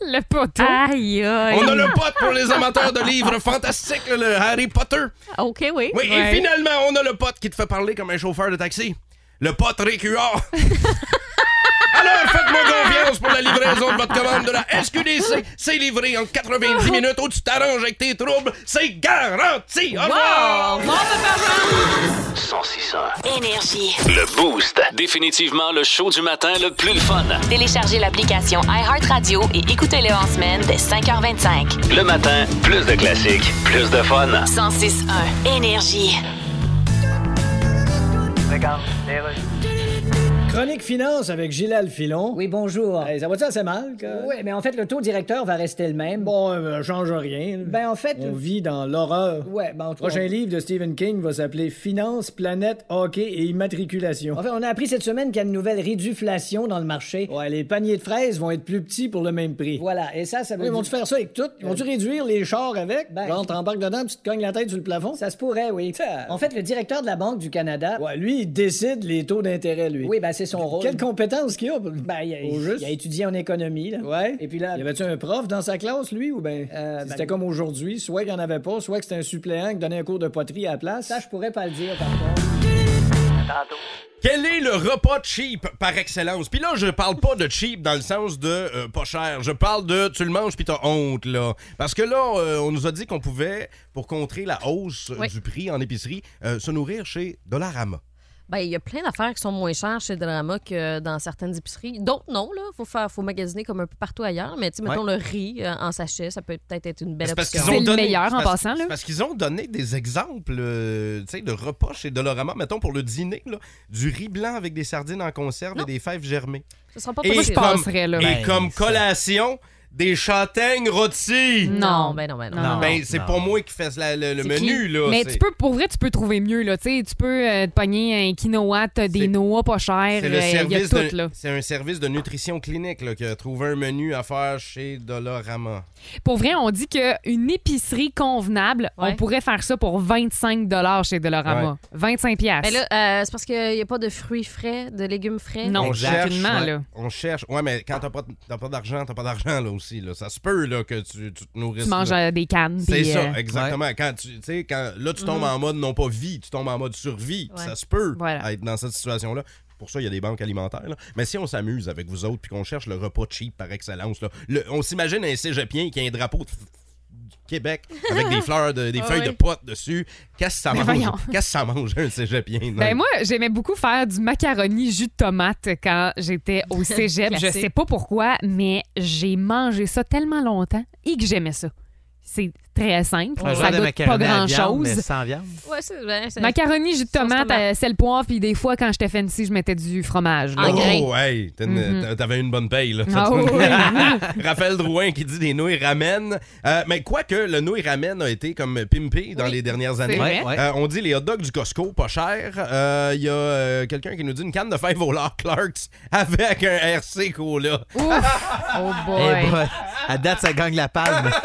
Speaker 4: Le poteau.
Speaker 5: Aïe, aïe.
Speaker 3: On a le pote pour les amateurs de livres fantastiques, le- le Harry Potter.
Speaker 5: Ah, OK, oui.
Speaker 3: Oui,
Speaker 5: Ouais.
Speaker 3: et finalement, on a le pote qui te fait parler comme un chauffeur de taxi. Le
Speaker 5: (laughs)
Speaker 3: pote Récuard. Alors, faites-moi confiance pour la livraison de votre commande de la SQDC. C'est livré en
Speaker 5: Oh.
Speaker 3: 90 minutes où tu t'arranges avec tes troubles. C'est garanti. Au revoir.
Speaker 5: Wow! Bon, papa, Jean.
Speaker 2: 106
Speaker 1: Énergie.
Speaker 2: Le Boost. Définitivement le show du matin le plus le fun.
Speaker 1: Téléchargez l'application iHeartRadio et écoutez-le en semaine dès 5h25.
Speaker 2: Le matin, plus de classiques, plus de fun.
Speaker 1: 106.1 Énergie.
Speaker 7: Chronique finance avec Gilal Filon.
Speaker 6: Oui, bonjour.
Speaker 7: Hey, ça va-tu assez mal? que-
Speaker 6: Oui, mais en fait, le taux directeur va rester le même.
Speaker 7: Bon, euh, change rien. là.
Speaker 6: Ben, en fait.
Speaker 7: on vit dans l'horreur.
Speaker 6: Ouais, ben, en tout cas,
Speaker 7: Prochain
Speaker 6: on-
Speaker 7: livre de Stephen King va s'appeler Finance, planète, hockey et immatriculation.
Speaker 6: En fait, on a appris cette semaine qu'il y a une nouvelle réduflation dans le marché.
Speaker 7: Ouais, les paniers de fraises vont être plus petits pour le même prix. Euh,
Speaker 6: Voilà, et ça, ça veut
Speaker 7: Ils vont-tu
Speaker 6: dire-
Speaker 7: faire ça avec tout? Ils vont-tu réduire les chars avec?
Speaker 6: Ben-
Speaker 7: Genre, t'embarques dedans puis tu te cognes la tête sur le plafond?
Speaker 6: Ça se pourrait, oui.
Speaker 7: Ça-
Speaker 6: En fait, le directeur de la Banque du Canada.
Speaker 7: Ouais, lui, il décide les taux d'intérêt, lui.
Speaker 6: Oui, ben, c'est son rôle.
Speaker 7: Quelle compétence qu'il a? pour-
Speaker 6: Ben, il a,
Speaker 7: Au juste?
Speaker 6: il a étudié en économie, là.
Speaker 7: Ouais.
Speaker 6: Et puis là-
Speaker 7: Y avait-tu un prof dans sa classe, lui, ou ben.
Speaker 6: Euh,
Speaker 7: c'était
Speaker 6: ben-
Speaker 7: comme aujourd'hui, soit il y en avait pas, soit que c'était un suppléant qui donnait un cours de poterie à la place.
Speaker 6: Ça, je pourrais pas le dire, par contre.
Speaker 3: Quel est le repas cheap par excellence? Puis là, je parle pas de cheap dans le sens de euh, pas cher. Je parle de tu le manges puis t'as honte, là. Parce que là, euh, on nous a dit qu'on pouvait, pour contrer la hausse euh,
Speaker 5: Oui.
Speaker 3: du prix en épicerie, euh, se nourrir chez Dollarama.
Speaker 5: Ben, il y a plein d'affaires qui sont moins chères chez Drama que dans certaines épiceries. D'autres, non, là. Faut faire, faut magasiner comme un peu partout ailleurs. Mais, tu sais, mettons le riz euh, en sachet, ça peut peut-être être une belle
Speaker 3: C'est parce
Speaker 5: option.
Speaker 3: qu'ils
Speaker 4: C'est
Speaker 3: ont
Speaker 4: le
Speaker 3: donné-
Speaker 4: meilleur,
Speaker 3: c'est
Speaker 4: en
Speaker 3: parce-
Speaker 4: passant, là.
Speaker 3: c'est parce qu'ils ont donné des exemples euh, tu sais, de repas chez Dolorama, mettons pour le dîner, là, du riz blanc avec des sardines en conserve
Speaker 5: Non.
Speaker 3: et des fèves germées.
Speaker 5: Ce sera pas
Speaker 3: Et
Speaker 5: possible.
Speaker 4: je passerais, là.
Speaker 3: Et
Speaker 4: Ben,
Speaker 3: comme collation, des châtaignes rôties.
Speaker 5: Non, ben non, ben non.
Speaker 4: Non.
Speaker 3: Ben, c'est pas moi qui fais la- le, le
Speaker 5: C'est
Speaker 3: menu,
Speaker 5: qui?
Speaker 3: là.
Speaker 4: Mais
Speaker 3: c'est-
Speaker 4: tu peux, pour vrai, tu peux trouver mieux. Là. Tu sais, tu peux euh, te pogner un quinoa, t'as des
Speaker 3: C'est-
Speaker 4: noix pas chères.
Speaker 3: C'est
Speaker 4: euh,
Speaker 3: le
Speaker 4: Il y a
Speaker 3: service
Speaker 4: tout, là.
Speaker 3: de, c'est un service de nutrition clinique là, qui a trouvé un menu à faire chez Dolorama.
Speaker 4: Pour vrai, on dit qu'une épicerie convenable,
Speaker 5: Ouais.
Speaker 4: on pourrait faire ça pour 25 chez Dolorama. 25
Speaker 5: Ben là, euh, c'est parce qu'il n'y a pas de fruits frais, de légumes frais.
Speaker 4: Non,
Speaker 3: on cherche,
Speaker 4: aucunement,
Speaker 3: ouais,
Speaker 4: là.
Speaker 3: on cherche. Ouais, mais quand t'as pas, t'as pas d'argent, t'as pas d'argent là aussi. Là. Ça se peut là, que tu, tu te nourrisses.
Speaker 4: Tu manges
Speaker 3: là.
Speaker 4: euh, des cannes.
Speaker 3: C'est
Speaker 4: puis,
Speaker 3: ça,
Speaker 4: euh, Mm-hmm.
Speaker 3: exactement. Quand tu tu sais, quand là tu tombes en mode non pas vie, tu tombes en mode survie.
Speaker 5: Ouais.
Speaker 3: Ça se peut
Speaker 4: Voilà.
Speaker 3: être dans cette situation là. Pour ça, il y a des banques alimentaires. là. Mais si on s'amuse avec vous autres puis qu'on cherche le repas cheap par excellence, là, le- on s'imagine un cégepien qui a un drapeau de- du Québec avec
Speaker 4: (laughs)
Speaker 3: des fleurs, de- des
Speaker 5: Ah
Speaker 3: feuilles de
Speaker 5: ouais.
Speaker 3: potes dessus. Qu'est-ce que ça
Speaker 4: Mais
Speaker 3: mange?
Speaker 4: voyons.
Speaker 3: Qu'est-ce que ça mange un cégepien? non?
Speaker 4: Ben moi, j'aimais beaucoup faire du macaroni jus de tomate quand j'étais
Speaker 5: (laughs)
Speaker 4: au cégep. je
Speaker 5: Classique.
Speaker 4: sais pas pourquoi, mais j'ai mangé ça tellement longtemps et que j'aimais ça. C'est très simple,
Speaker 10: Un genre
Speaker 4: ça
Speaker 10: de
Speaker 4: goûte pas
Speaker 10: macaroni à la viande, mais
Speaker 4: grand-chose.
Speaker 10: sans viande.
Speaker 5: Ouais, c'est ben, c'est-
Speaker 4: Macaroni jus de
Speaker 5: Sauce
Speaker 4: tomate,
Speaker 5: tomate.
Speaker 4: euh, sel poivre, puis des fois quand j'étais fancy, je mettais du fromage. là.
Speaker 5: En grain.
Speaker 3: Oh, hey, t'as une-
Speaker 4: Mhm.
Speaker 3: t'a- t'avais une bonne paye, là.
Speaker 4: Ah oui.
Speaker 3: (laughs) Raphaël Drouin qui dit des nouilles ramen. Euh, mais quoique, le nouilles ramen a été comme pimpé dans
Speaker 4: Oui,
Speaker 3: les dernières années.
Speaker 4: C'est vrai?
Speaker 10: Ouais.
Speaker 3: Euh, on dit les hot dogs du Costco, pas cher. Euh, Il y a euh, quelqu'un qui nous dit une canne de fèves au lard Clarks avec un RC Cola.
Speaker 4: Ouf. Oh boy.
Speaker 10: Eh, boy, à date, ça gagne la palme.
Speaker 5: (laughs)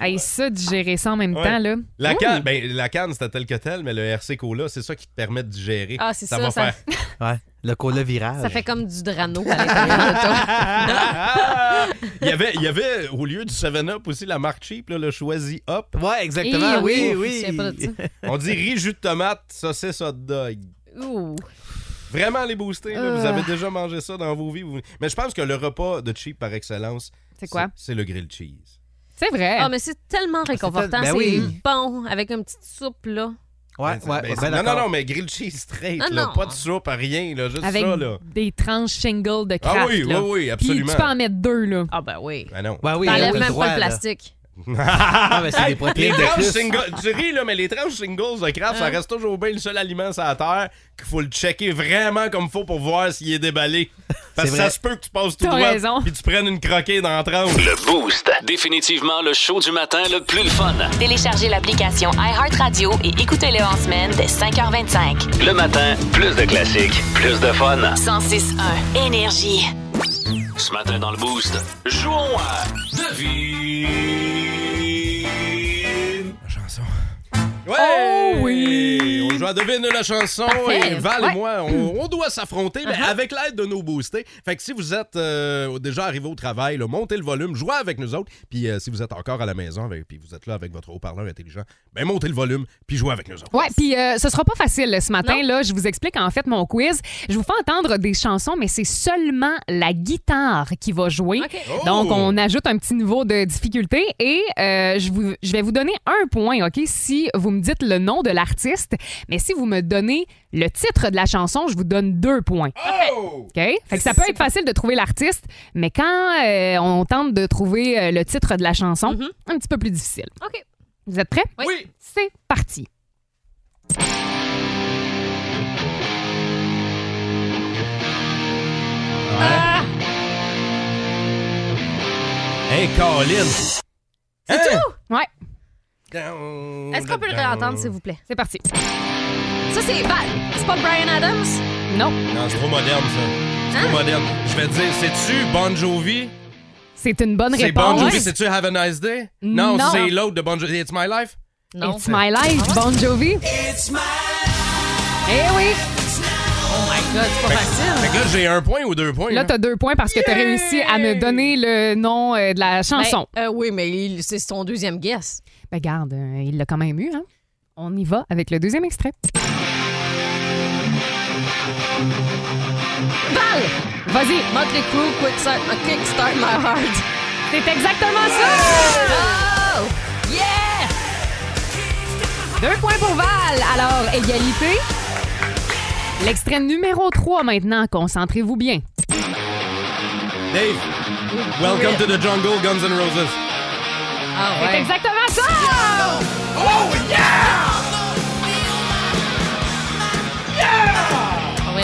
Speaker 4: Hey, ça, digérer ça en même
Speaker 3: Ouais.
Speaker 4: temps, là.
Speaker 3: La canne, ben, la canne, c'était tel que tel, mais le RC Cola, c'est ça qui te permet de digérer.
Speaker 5: Ah, c'est ça,
Speaker 3: va
Speaker 5: ça-
Speaker 3: faire.
Speaker 10: Ouais, le cola virage.
Speaker 5: Ça fait comme du drano à l'intérieur de toi.
Speaker 3: Il y avait, il y avait au lieu du 7-Up aussi la marque cheap, là, le Choisi Up.
Speaker 10: Ouais, exactement.
Speaker 4: Eh,
Speaker 10: oui,
Speaker 5: Ouf,
Speaker 10: oui.
Speaker 5: je me souviens pas de ça.
Speaker 3: On dit riz, jus de tomate, saucisse hot dog.
Speaker 5: Ouh.
Speaker 3: Vraiment les booster. là. Vous avez déjà mangé ça dans vos vies. vous- Mais je pense que le repas de cheap par excellence,
Speaker 4: C'est quoi?
Speaker 3: C'est le grilled cheese.
Speaker 4: C'est vrai.
Speaker 5: Ah, mais c'est tellement réconfortant.
Speaker 10: ben
Speaker 5: C'est
Speaker 10: oui.
Speaker 5: bon avec une petite soupe, là.
Speaker 10: Ouais,
Speaker 3: Ben,
Speaker 10: ouais,
Speaker 3: ben,
Speaker 10: ouais,
Speaker 3: c'est-
Speaker 10: ben
Speaker 3: non, non,
Speaker 10: d'accord.
Speaker 3: non, mais grilled cheese straight,
Speaker 5: Ah,
Speaker 3: là,
Speaker 5: non.
Speaker 3: pas de soupe, rien, là, juste
Speaker 4: Avec
Speaker 3: ça. Là.
Speaker 4: des tranches shingles de craft.
Speaker 3: Ah oui, oui,
Speaker 4: là.
Speaker 3: oui, absolument.
Speaker 4: Puis tu peux en mettre deux, là.
Speaker 5: Ah, ben oui.
Speaker 3: Ah non.
Speaker 10: Ouais, oui,
Speaker 5: T'enlèves
Speaker 10: t'as
Speaker 5: même
Speaker 10: droit,
Speaker 5: pas le
Speaker 10: là.
Speaker 5: plastique.
Speaker 10: Ah, mais c'est des
Speaker 3: Les
Speaker 10: protéines de
Speaker 3: tranches
Speaker 10: plus.
Speaker 3: singles, tu ris, là, mais les tranches singles de craft,
Speaker 4: Hein?
Speaker 3: ça reste toujours bien le seul aliment sur la terre qu'il faut le checker vraiment comme faut pour voir s'il est déballé. Parce que
Speaker 10: C'est
Speaker 3: ça
Speaker 10: vrai.
Speaker 3: se peut que tu passes tout
Speaker 4: T'as
Speaker 3: droit
Speaker 4: raison.
Speaker 3: puis tu prennes une croquée dans la tranche.
Speaker 2: Le Boost. Définitivement le show du matin le plus le fun.
Speaker 1: Téléchargez l'application iHeartRadio et écoutez-le en semaine dès 5h25.
Speaker 2: Le matin, plus de classiques, plus de fun.
Speaker 1: 106.1 Énergie.
Speaker 2: Ce matin dans le Boost, jouons à Devine.
Speaker 3: chanson. Ouais!
Speaker 4: Oh oui!
Speaker 3: On joue à devine la chanson
Speaker 4: Parfait.
Speaker 3: et Val
Speaker 4: Ouais.
Speaker 3: et moi, on, on doit s'affronter mais avec l'aide de nos boostés. Fait que si vous êtes euh, déjà arrivé au travail, là, montez le volume, jouez avec nous autres. Puis euh, si vous êtes encore à la maison avec, puis vous êtes là avec votre haut-parleur intelligent, ben montez le volume puis jouez avec nous autres.
Speaker 4: Ouais, puis euh, ce sera pas facile ce matin là, je vous explique en fait mon quiz. Je vous fais entendre des chansons mais c'est seulement la guitare qui va jouer.
Speaker 3: Oh!
Speaker 4: Donc on ajoute un petit niveau de difficulté et euh, je, vous- je vais vous donner un point, OK, si vous me dites le nom de l'artiste, mais si vous me donnez le titre de la chanson, je vous donne deux points.
Speaker 3: Oh!
Speaker 4: OK? Fait que ça peut être facile de trouver l'artiste, mais quand euh, on tente de trouver euh, le titre de la chanson, un petit peu plus difficile.
Speaker 5: Mm-hmm. OK.
Speaker 4: Vous êtes prêts?
Speaker 5: Oui.
Speaker 3: Oui.
Speaker 4: C'est parti.
Speaker 3: Hey, Colin! Hein? C'est
Speaker 4: Ouais,
Speaker 3: tout?
Speaker 5: Est-ce qu'on peut le réentendre, s'il vous plaît?
Speaker 4: c'est parti.
Speaker 5: Ça, c'est Val. C'est pas Brian Adams?
Speaker 4: Non,
Speaker 3: Non, c'est trop moderne, ça. C'est trop moderne. Je vais te dire, c'est-tu Bon Jovi?
Speaker 4: c'est une bonne
Speaker 3: C'est Bon
Speaker 4: réponse.
Speaker 3: Jovi, c'est-tu Have a Nice Day? Non,
Speaker 4: Non.
Speaker 3: c'est l'autre de Bon Jovi, It's My Life?
Speaker 5: Non. Ah.
Speaker 4: It's my life, Bon Jovi. Eh oui,
Speaker 5: Là, c'est pas facile.
Speaker 3: Fait que là, j'ai un point ou deux points. hein.
Speaker 4: là t'as deux points parce que t'as réussi à me donner le nom euh, de la chanson.
Speaker 5: Ben, euh, oui, mais il- c'est son deuxième guess.
Speaker 4: Ben garde, euh, il l'a quand même eu. Hein? On y va avec le deuxième extrait.
Speaker 5: Val!
Speaker 4: Vas-y,
Speaker 5: Motley Crue, Quickstart, uh, Kickstart My Heart.
Speaker 4: c'est exactement ça.
Speaker 5: Oh! Yeah!
Speaker 4: Deux points pour Val. Alors égalité. L'extrait numéro 3 maintenant, concentrez-vous bien.
Speaker 3: Dave, welcome to the jungle, Guns N' Roses.
Speaker 5: Ah
Speaker 4: C'est
Speaker 5: ouais.
Speaker 4: exactement ça.
Speaker 3: Oh,
Speaker 5: Ah ouais.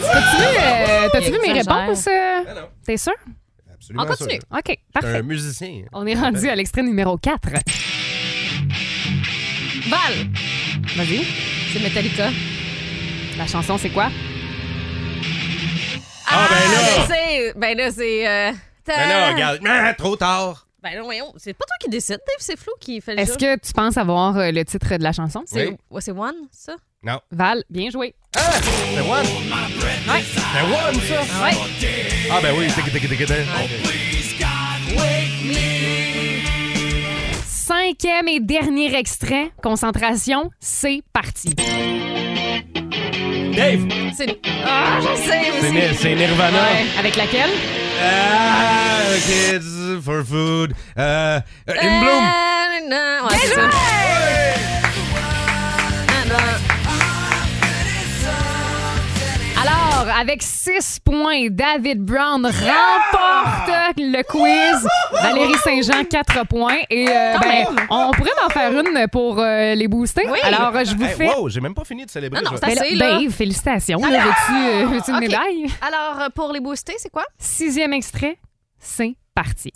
Speaker 4: T'as-tu vu, euh, t'as-tu vu mes
Speaker 5: Exagère.
Speaker 4: réponses? euh?
Speaker 3: Ben non.
Speaker 4: T'es sûr?
Speaker 3: Absolument.
Speaker 5: On continue.
Speaker 3: sûr.
Speaker 4: OK,
Speaker 3: T'es
Speaker 4: parfait.
Speaker 3: un musicien.
Speaker 4: On est rendu à l'extrait numéro 4.
Speaker 5: Val!
Speaker 4: Vas-y.
Speaker 5: C'est Metallica.
Speaker 4: La chanson, c'est quoi?
Speaker 5: Ah,
Speaker 3: ben là!
Speaker 5: mais c'est- Ben là, c'est. euh, ta-
Speaker 3: Ben là, regarde. Ah, trop tard.
Speaker 5: Ben là, voyons. C'est pas toi qui décide, Dave, c'est Flo qui fait le
Speaker 4: Est-ce
Speaker 5: jeu.
Speaker 4: que tu penses avoir euh, le titre de la chanson?
Speaker 5: C'est
Speaker 3: Oui.
Speaker 5: ouais, c'est One, ça?
Speaker 3: Non.
Speaker 4: Val, bien joué.
Speaker 3: Ah, c'est one. Ouais. C'est one, ça. Ah, ben oui. tic, tic, tic, tic.
Speaker 4: Cinquième et dernier extrait. Concentration, c'est parti.
Speaker 3: Dave,
Speaker 5: C'est. Ah, je sais, mais
Speaker 3: c'est Ni- c'est Nirvana.
Speaker 4: Avec laquelle?
Speaker 3: Ah, kids for food. Euh, euh, in
Speaker 5: Euh,
Speaker 3: bloom.
Speaker 5: non, ouais, c'est ça. Non, non.
Speaker 4: Alors, avec 6 points, David Brown remporte le quiz. Valérie Saint-Jean, 4 points. Et euh, ben, on pourrait en faire une pour euh, les booster. Alors, euh, je vous
Speaker 3: Hey,
Speaker 4: fais...
Speaker 3: wow, j'ai même pas fini de célébrer.
Speaker 5: Non, non,
Speaker 3: je-
Speaker 5: ça-
Speaker 4: Ben là,
Speaker 5: Assez, là. Ah!
Speaker 4: Dave, félicitations. là, Veux-tu euh, veux-tu une
Speaker 5: Ok.
Speaker 4: médaille?
Speaker 5: Alors, euh, pour les booster, c'est quoi?
Speaker 4: Sixième extrait, c'est parti.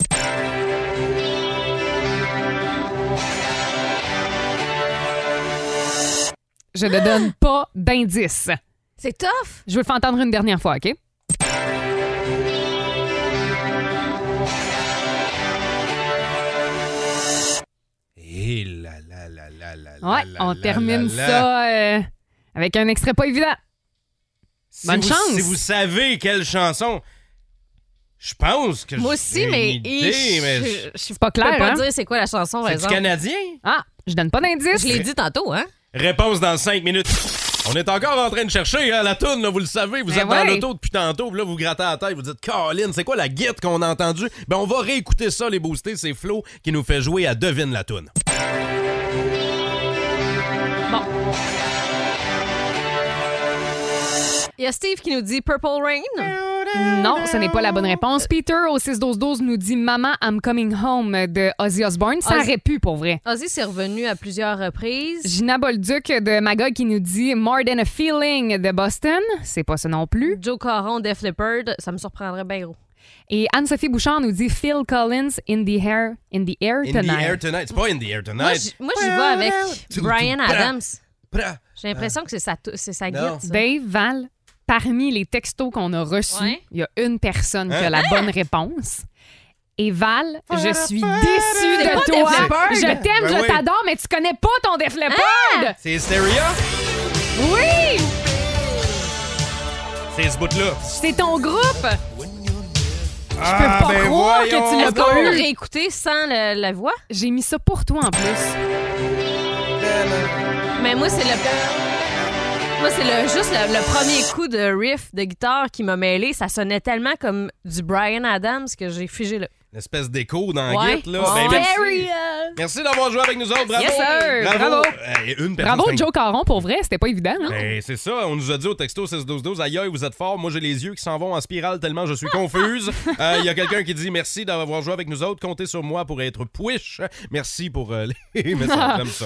Speaker 4: Je ne donne pas d'indice.
Speaker 5: C'est tough!
Speaker 4: Je veux le faire entendre une dernière fois, OK?
Speaker 3: Eh là là là là là là
Speaker 4: Ouais,
Speaker 3: là
Speaker 4: on
Speaker 3: Ah là
Speaker 4: termine
Speaker 3: là là.
Speaker 4: ça euh, avec un extrait pas évident.
Speaker 3: Si
Speaker 4: Bonne
Speaker 3: vous-
Speaker 4: chance.
Speaker 3: Si vous savez quelle chanson, je pense que
Speaker 5: Moi
Speaker 3: j'ai
Speaker 5: aussi,
Speaker 3: une
Speaker 5: mais.
Speaker 3: idée,
Speaker 5: Ich,
Speaker 3: mais je-
Speaker 5: je- je
Speaker 4: C'est pas
Speaker 5: peux
Speaker 4: clair,
Speaker 5: pas
Speaker 4: hein?
Speaker 5: dire c'est quoi la chanson, par
Speaker 3: C'est du
Speaker 5: exemple.
Speaker 3: canadien.
Speaker 4: Ah, je donne pas
Speaker 5: Je
Speaker 4: d'indice.
Speaker 5: l'ai dit tantôt, hein?
Speaker 3: Réponse dans 5 minutes. On est encore en train de chercher hein, la toune, là, vous le savez. Vous
Speaker 4: Ben
Speaker 3: êtes dans
Speaker 4: ouais.
Speaker 3: l'auto depuis tantôt, puis là, vous grattez la tête, vous dites Caroline, c'est quoi la guette qu'on a entendue? Ben, on va réécouter ça, les boostés. C'est Flo qui nous fait jouer à Devine la toune.
Speaker 5: Il y a Steve qui nous dit Purple Rain.
Speaker 4: Non, ce n'est pas la bonne réponse. Peter au 6-12-12 nous dit Maman, I'm coming home de Ozzy Osbourne. Ça
Speaker 5: Ozzy-
Speaker 4: aurait pu pour vrai.
Speaker 5: Ozzy s'est revenu à plusieurs reprises.
Speaker 4: Gina Bolduc de Magog qui nous dit More than a feeling de Boston. C'est pas ça non plus.
Speaker 5: Joe Caron, Def Leppard, ça me surprendrait bien gros.
Speaker 4: Et Anne-Sophie Bouchard nous dit Phil Collins in the air, in the air
Speaker 3: In
Speaker 4: tonight.
Speaker 3: the air tonight. C'est pas in the air
Speaker 5: Moi,
Speaker 3: tonight.
Speaker 5: j- moi, j'y vais avec
Speaker 3: Tout-
Speaker 5: Brian
Speaker 3: tout-
Speaker 5: Adams.
Speaker 3: Pra-
Speaker 5: J'ai l'impression que c'est sa, tou- c'est sa
Speaker 3: Ah. Non.
Speaker 5: guide. ça.
Speaker 4: Dave, Val, parmi les textos qu'on a reçus,
Speaker 5: Ouais.
Speaker 4: il y a une personne qui
Speaker 3: Hein?
Speaker 4: a la bonne réponse. Et Val, je suis déçue de
Speaker 3: hein?
Speaker 5: pas
Speaker 4: toi.
Speaker 5: Def Leppard.
Speaker 4: Je t'aime,
Speaker 3: Ben
Speaker 4: je
Speaker 3: oui.
Speaker 4: t'adore, mais tu connais pas ton Def Leppard.
Speaker 3: C'est Hysteria?
Speaker 4: Oui!
Speaker 3: C'est ce bout-là.
Speaker 4: C'est ton groupe!
Speaker 3: Ben Ah,
Speaker 4: pas croire que tu l'as
Speaker 5: Est-ce qu'on
Speaker 4: pas eu.
Speaker 5: peut réécouter sans le- la voix?
Speaker 4: J'ai mis ça pour toi en plus.
Speaker 5: Mais moi, c'est le. Moi, c'est le, juste le, le premier coup de riff de guitare qui m'a mêlé. Ça sonnait tellement comme du Brian Adams que j'ai figé là.
Speaker 3: Une espèce d'écho dans
Speaker 5: Ouais.
Speaker 3: la guette, là.
Speaker 5: Ouais.
Speaker 3: Ben, merci. Merci d'avoir joué avec nous autres. Bravo.
Speaker 4: Yes, sir. Bravo.
Speaker 3: Eh, une personne,
Speaker 4: Bravo
Speaker 3: c'est
Speaker 4: Joe Caron, pour vrai, c'était pas évident, hein?
Speaker 3: Ben, c'est ça, on nous a dit au texto 6-12-12, aïe aïe, vous êtes forts, moi j'ai les yeux qui s'en vont en spirale tellement je suis
Speaker 4: (laughs)
Speaker 3: confuse. Euh, Il y a quelqu'un qui dit merci d'avoir joué avec nous autres, comptez sur moi pour être push. Merci pour euh, les (laughs) messages comme ça.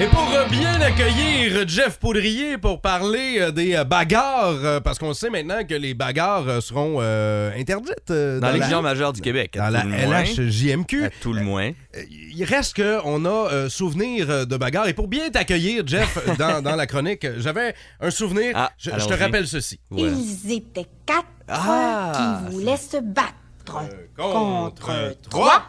Speaker 3: Et pour euh, bien accueillir Jeff Poudrier pour parler euh, des euh, bagarres, euh, parce qu'on sait maintenant que les bagarres euh, seront euh, interdites euh,
Speaker 11: Dans, les
Speaker 3: la-
Speaker 11: majeures du Québec. à
Speaker 3: dans la
Speaker 11: tout le moins.
Speaker 3: LHJMQ.
Speaker 11: À tout le moins.
Speaker 3: Euh, Il reste qu'on a euh, souvenir euh, de bagarre. Et pour bien
Speaker 11: (laughs)
Speaker 3: t'accueillir, Jeff, dans, dans la chronique, euh, j'avais un souvenir.
Speaker 11: Ah,
Speaker 3: je, je te
Speaker 11: allons-y.
Speaker 3: rappelle ceci.
Speaker 11: Voilà.
Speaker 6: Ils étaient quatre
Speaker 11: Ah!
Speaker 6: qui voulaient se battre.
Speaker 3: Euh, Contre trois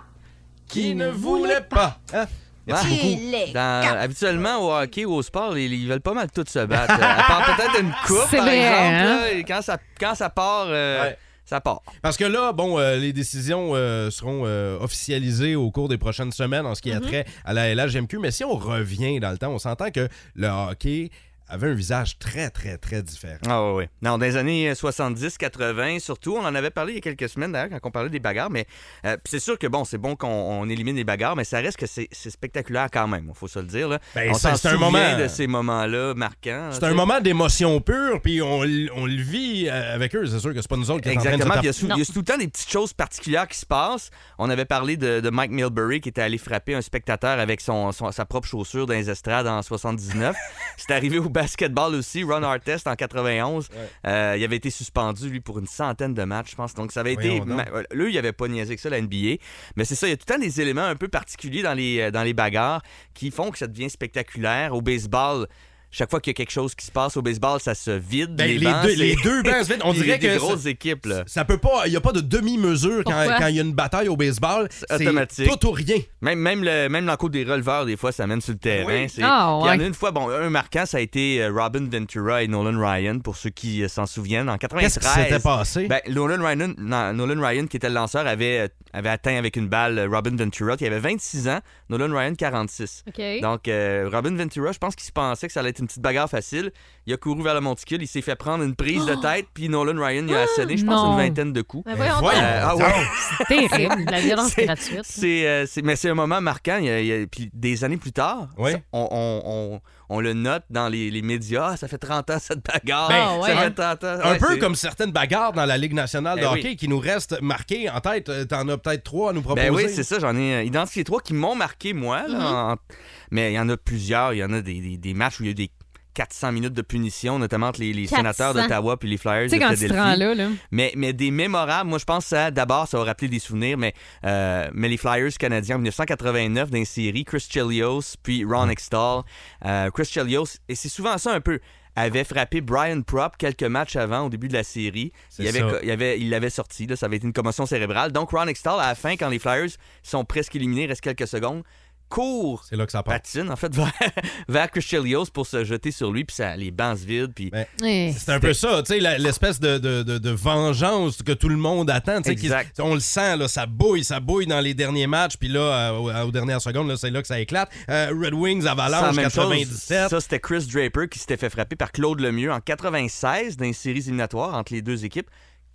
Speaker 3: qui ne voulaient pas. Hein?
Speaker 11: Merci
Speaker 6: Et
Speaker 11: beaucoup.
Speaker 6: les
Speaker 11: Dans-
Speaker 6: quatre.
Speaker 11: habituellement, au hockey ou au sport, ils, ils veulent pas mal tous se battre. Euh, à part peut-être une coupe,
Speaker 4: C'est
Speaker 11: par
Speaker 4: vrai,
Speaker 11: exemple.
Speaker 4: hein?
Speaker 11: là, et quand, ça, quand ça part, euh,
Speaker 3: Ouais.
Speaker 11: ça part.
Speaker 3: Parce que là, bon, euh, les décisions euh, seront euh, officialisées au cours des prochaines semaines en ce qui a trait à la LHMQ. Mais si on revient dans le temps, on s'entend que le hockey avait un visage très, très, très différent.
Speaker 11: Ah oui, oui. Non, dans les années 70-80, surtout, on en avait parlé il y a quelques semaines d'ailleurs quand on parlait des bagarres, mais euh, puis c'est sûr que bon, c'est bon qu'on on élimine les bagarres, mais ça reste que c'est c'est spectaculaire quand même, faut se le dire. Là.
Speaker 3: Ben,
Speaker 11: on
Speaker 3: c'est-
Speaker 11: s'en
Speaker 3: c'est un
Speaker 11: souvient
Speaker 3: moment.
Speaker 11: de ces moments-là marquants.
Speaker 3: C'est
Speaker 11: tu
Speaker 3: un
Speaker 11: sais.
Speaker 3: moment d'émotion pure, puis on, l- on le vit euh, avec eux. C'est sûr que c'est pas nous autres qui sommes en train de se
Speaker 11: Exactement.
Speaker 3: taper
Speaker 11: Puis Il y, a sou- il y a tout le temps des petites choses particulières qui se passent. On avait parlé de, de Mike Milbury qui était allé frapper un spectateur avec son, son- sa propre chaussure dans les estrades en
Speaker 3: (laughs)
Speaker 11: 79. C'est arrivé au basketball aussi. Ron Artest en 91. Euh, il avait été suspendu, lui, pour une centaine de matchs, je pense. Donc, ça avait été.
Speaker 3: Voyons donc.
Speaker 11: ma- Lui, il avait pas niaisé que ça, la NBA. Mais c'est ça, il y a tout le temps des éléments un peu particuliers dans les, euh, dans les bagarres qui font que ça devient spectaculaire. Au baseball, chaque fois qu'il y a quelque chose qui se passe au baseball, ça se vide.
Speaker 3: Ben,
Speaker 11: les,
Speaker 3: les
Speaker 11: bancs,
Speaker 3: deux-
Speaker 11: c'est- (laughs)
Speaker 3: les deux bancs se vident. On
Speaker 11: Puis
Speaker 3: dirait
Speaker 11: des
Speaker 3: que
Speaker 11: grosses
Speaker 3: ça-
Speaker 11: équipes, là.
Speaker 3: Ça peut pas, il n'y a pas de demi-mesure quand
Speaker 5: Pourquoi?
Speaker 3: quand il y a une bataille au baseball. C'est
Speaker 11: automatique.
Speaker 3: Tout ou rien.
Speaker 11: Même, même, le, même l'encours des releveurs, des fois, ça mène sur le terrain. C'est-
Speaker 4: Ah,
Speaker 11: Puis Il y en
Speaker 4: ouais.
Speaker 11: a une fois, bon, un marquant, ça a été euh, Robin Ventura et Nolan Ryan, pour ceux qui euh, s'en souviennent, en 93.
Speaker 3: Qu'est-ce qui s'était passé?
Speaker 11: Ben, Nolan Ryan, non, Nolan Ryan, qui était le lanceur, avait, euh, avait atteint avec une balle euh, Robin Ventura, qui avait 26 ans, Nolan Ryan 46.
Speaker 5: OK.
Speaker 11: Donc, euh, Robin Ventura, je pense qu'il se pensait que ça allait être une petite bagarre facile. Il a couru vers le monticule, il s'est fait prendre une prise
Speaker 4: (gasps)
Speaker 11: de tête, puis Nolan Ryan, il a asséné, je pense,
Speaker 4: non.
Speaker 11: une vingtaine de coups.
Speaker 5: Mais Ben voyons donc.
Speaker 3: voyons
Speaker 11: Euh, ah
Speaker 3: donc.
Speaker 11: ouais.
Speaker 4: Terrible.
Speaker 5: La violence
Speaker 3: (laughs)
Speaker 11: C'est-
Speaker 5: gratuite.
Speaker 11: C'est, euh, c'est- mais c'est un moment marquant. Il y a- il y a- puis des années plus tard,
Speaker 3: Oui.
Speaker 11: ça- on, on- on- on le note dans les, les médias. Ah, Ça fait 30 ans cette bagarre.
Speaker 5: Ben,
Speaker 11: ça
Speaker 5: ouais.
Speaker 11: fait 30 ans.
Speaker 3: Un
Speaker 11: Ouais,
Speaker 3: peu
Speaker 11: c'est-
Speaker 3: comme certaines bagarres dans la Ligue nationale de
Speaker 11: Eh oui.
Speaker 3: hockey qui nous restent marquées en tête. Euh, T'en as peut-être trois à nous proposer.
Speaker 11: Ben oui, c'est ça. J'en ai euh, identifié
Speaker 4: Mm-hmm.
Speaker 11: trois qui m'ont marqué, moi. là, en- Mais il y en a plusieurs. Il y en a des, des- des matchs où il y a eu des 400 minutes de punition, notamment entre les, les
Speaker 4: 400.
Speaker 11: sénateurs d'Ottawa puis les Flyers
Speaker 4: Tu sais,
Speaker 11: de
Speaker 4: quand tu te
Speaker 11: Philadelphie.
Speaker 4: rends là, là.
Speaker 11: Mais, mais des mémorables, moi je pense que ça, d'abord, ça va rappeler des souvenirs, mais, euh, mais les Flyers canadiens en 1989 dans les séries, Chris Chelios puis
Speaker 3: Mm.
Speaker 11: Ron Extall. Euh, Chris Chelios, et c'est souvent ça un peu, avait frappé Brian Prop quelques matchs avant, au début de la série. Il
Speaker 3: C'est
Speaker 11: avait,
Speaker 3: ça.
Speaker 11: il avait- il l'avait sorti, là, ça avait été une commotion cérébrale. Donc Ron Extall, à la fin, quand les Flyers sont presque éliminés, reste quelques secondes, court
Speaker 3: C'est là que ça part.
Speaker 11: patine en fait (laughs) vers, vers Chris Chelios pour se jeter sur lui puis ça les bancs se vident
Speaker 3: Ben,
Speaker 11: puis
Speaker 3: C'est un peu ça, tu sais, la- l'espèce de, de- de- de vengeance que tout le monde attend. tu sais, qui-
Speaker 11: Exact.
Speaker 3: on le sent, là, ça bouille, ça bouille dans les derniers matchs, puis là, euh, aux, aux dernières secondes, là, c'est là que ça éclate. Euh, Red Wings,
Speaker 11: C'est la
Speaker 3: Avalanche,
Speaker 11: même chose.
Speaker 3: 97.
Speaker 11: Ça, c'était Chris Draper qui s'était fait frapper par Claude Lemieux en 96 dans les séries éliminatoires entre les deux équipes.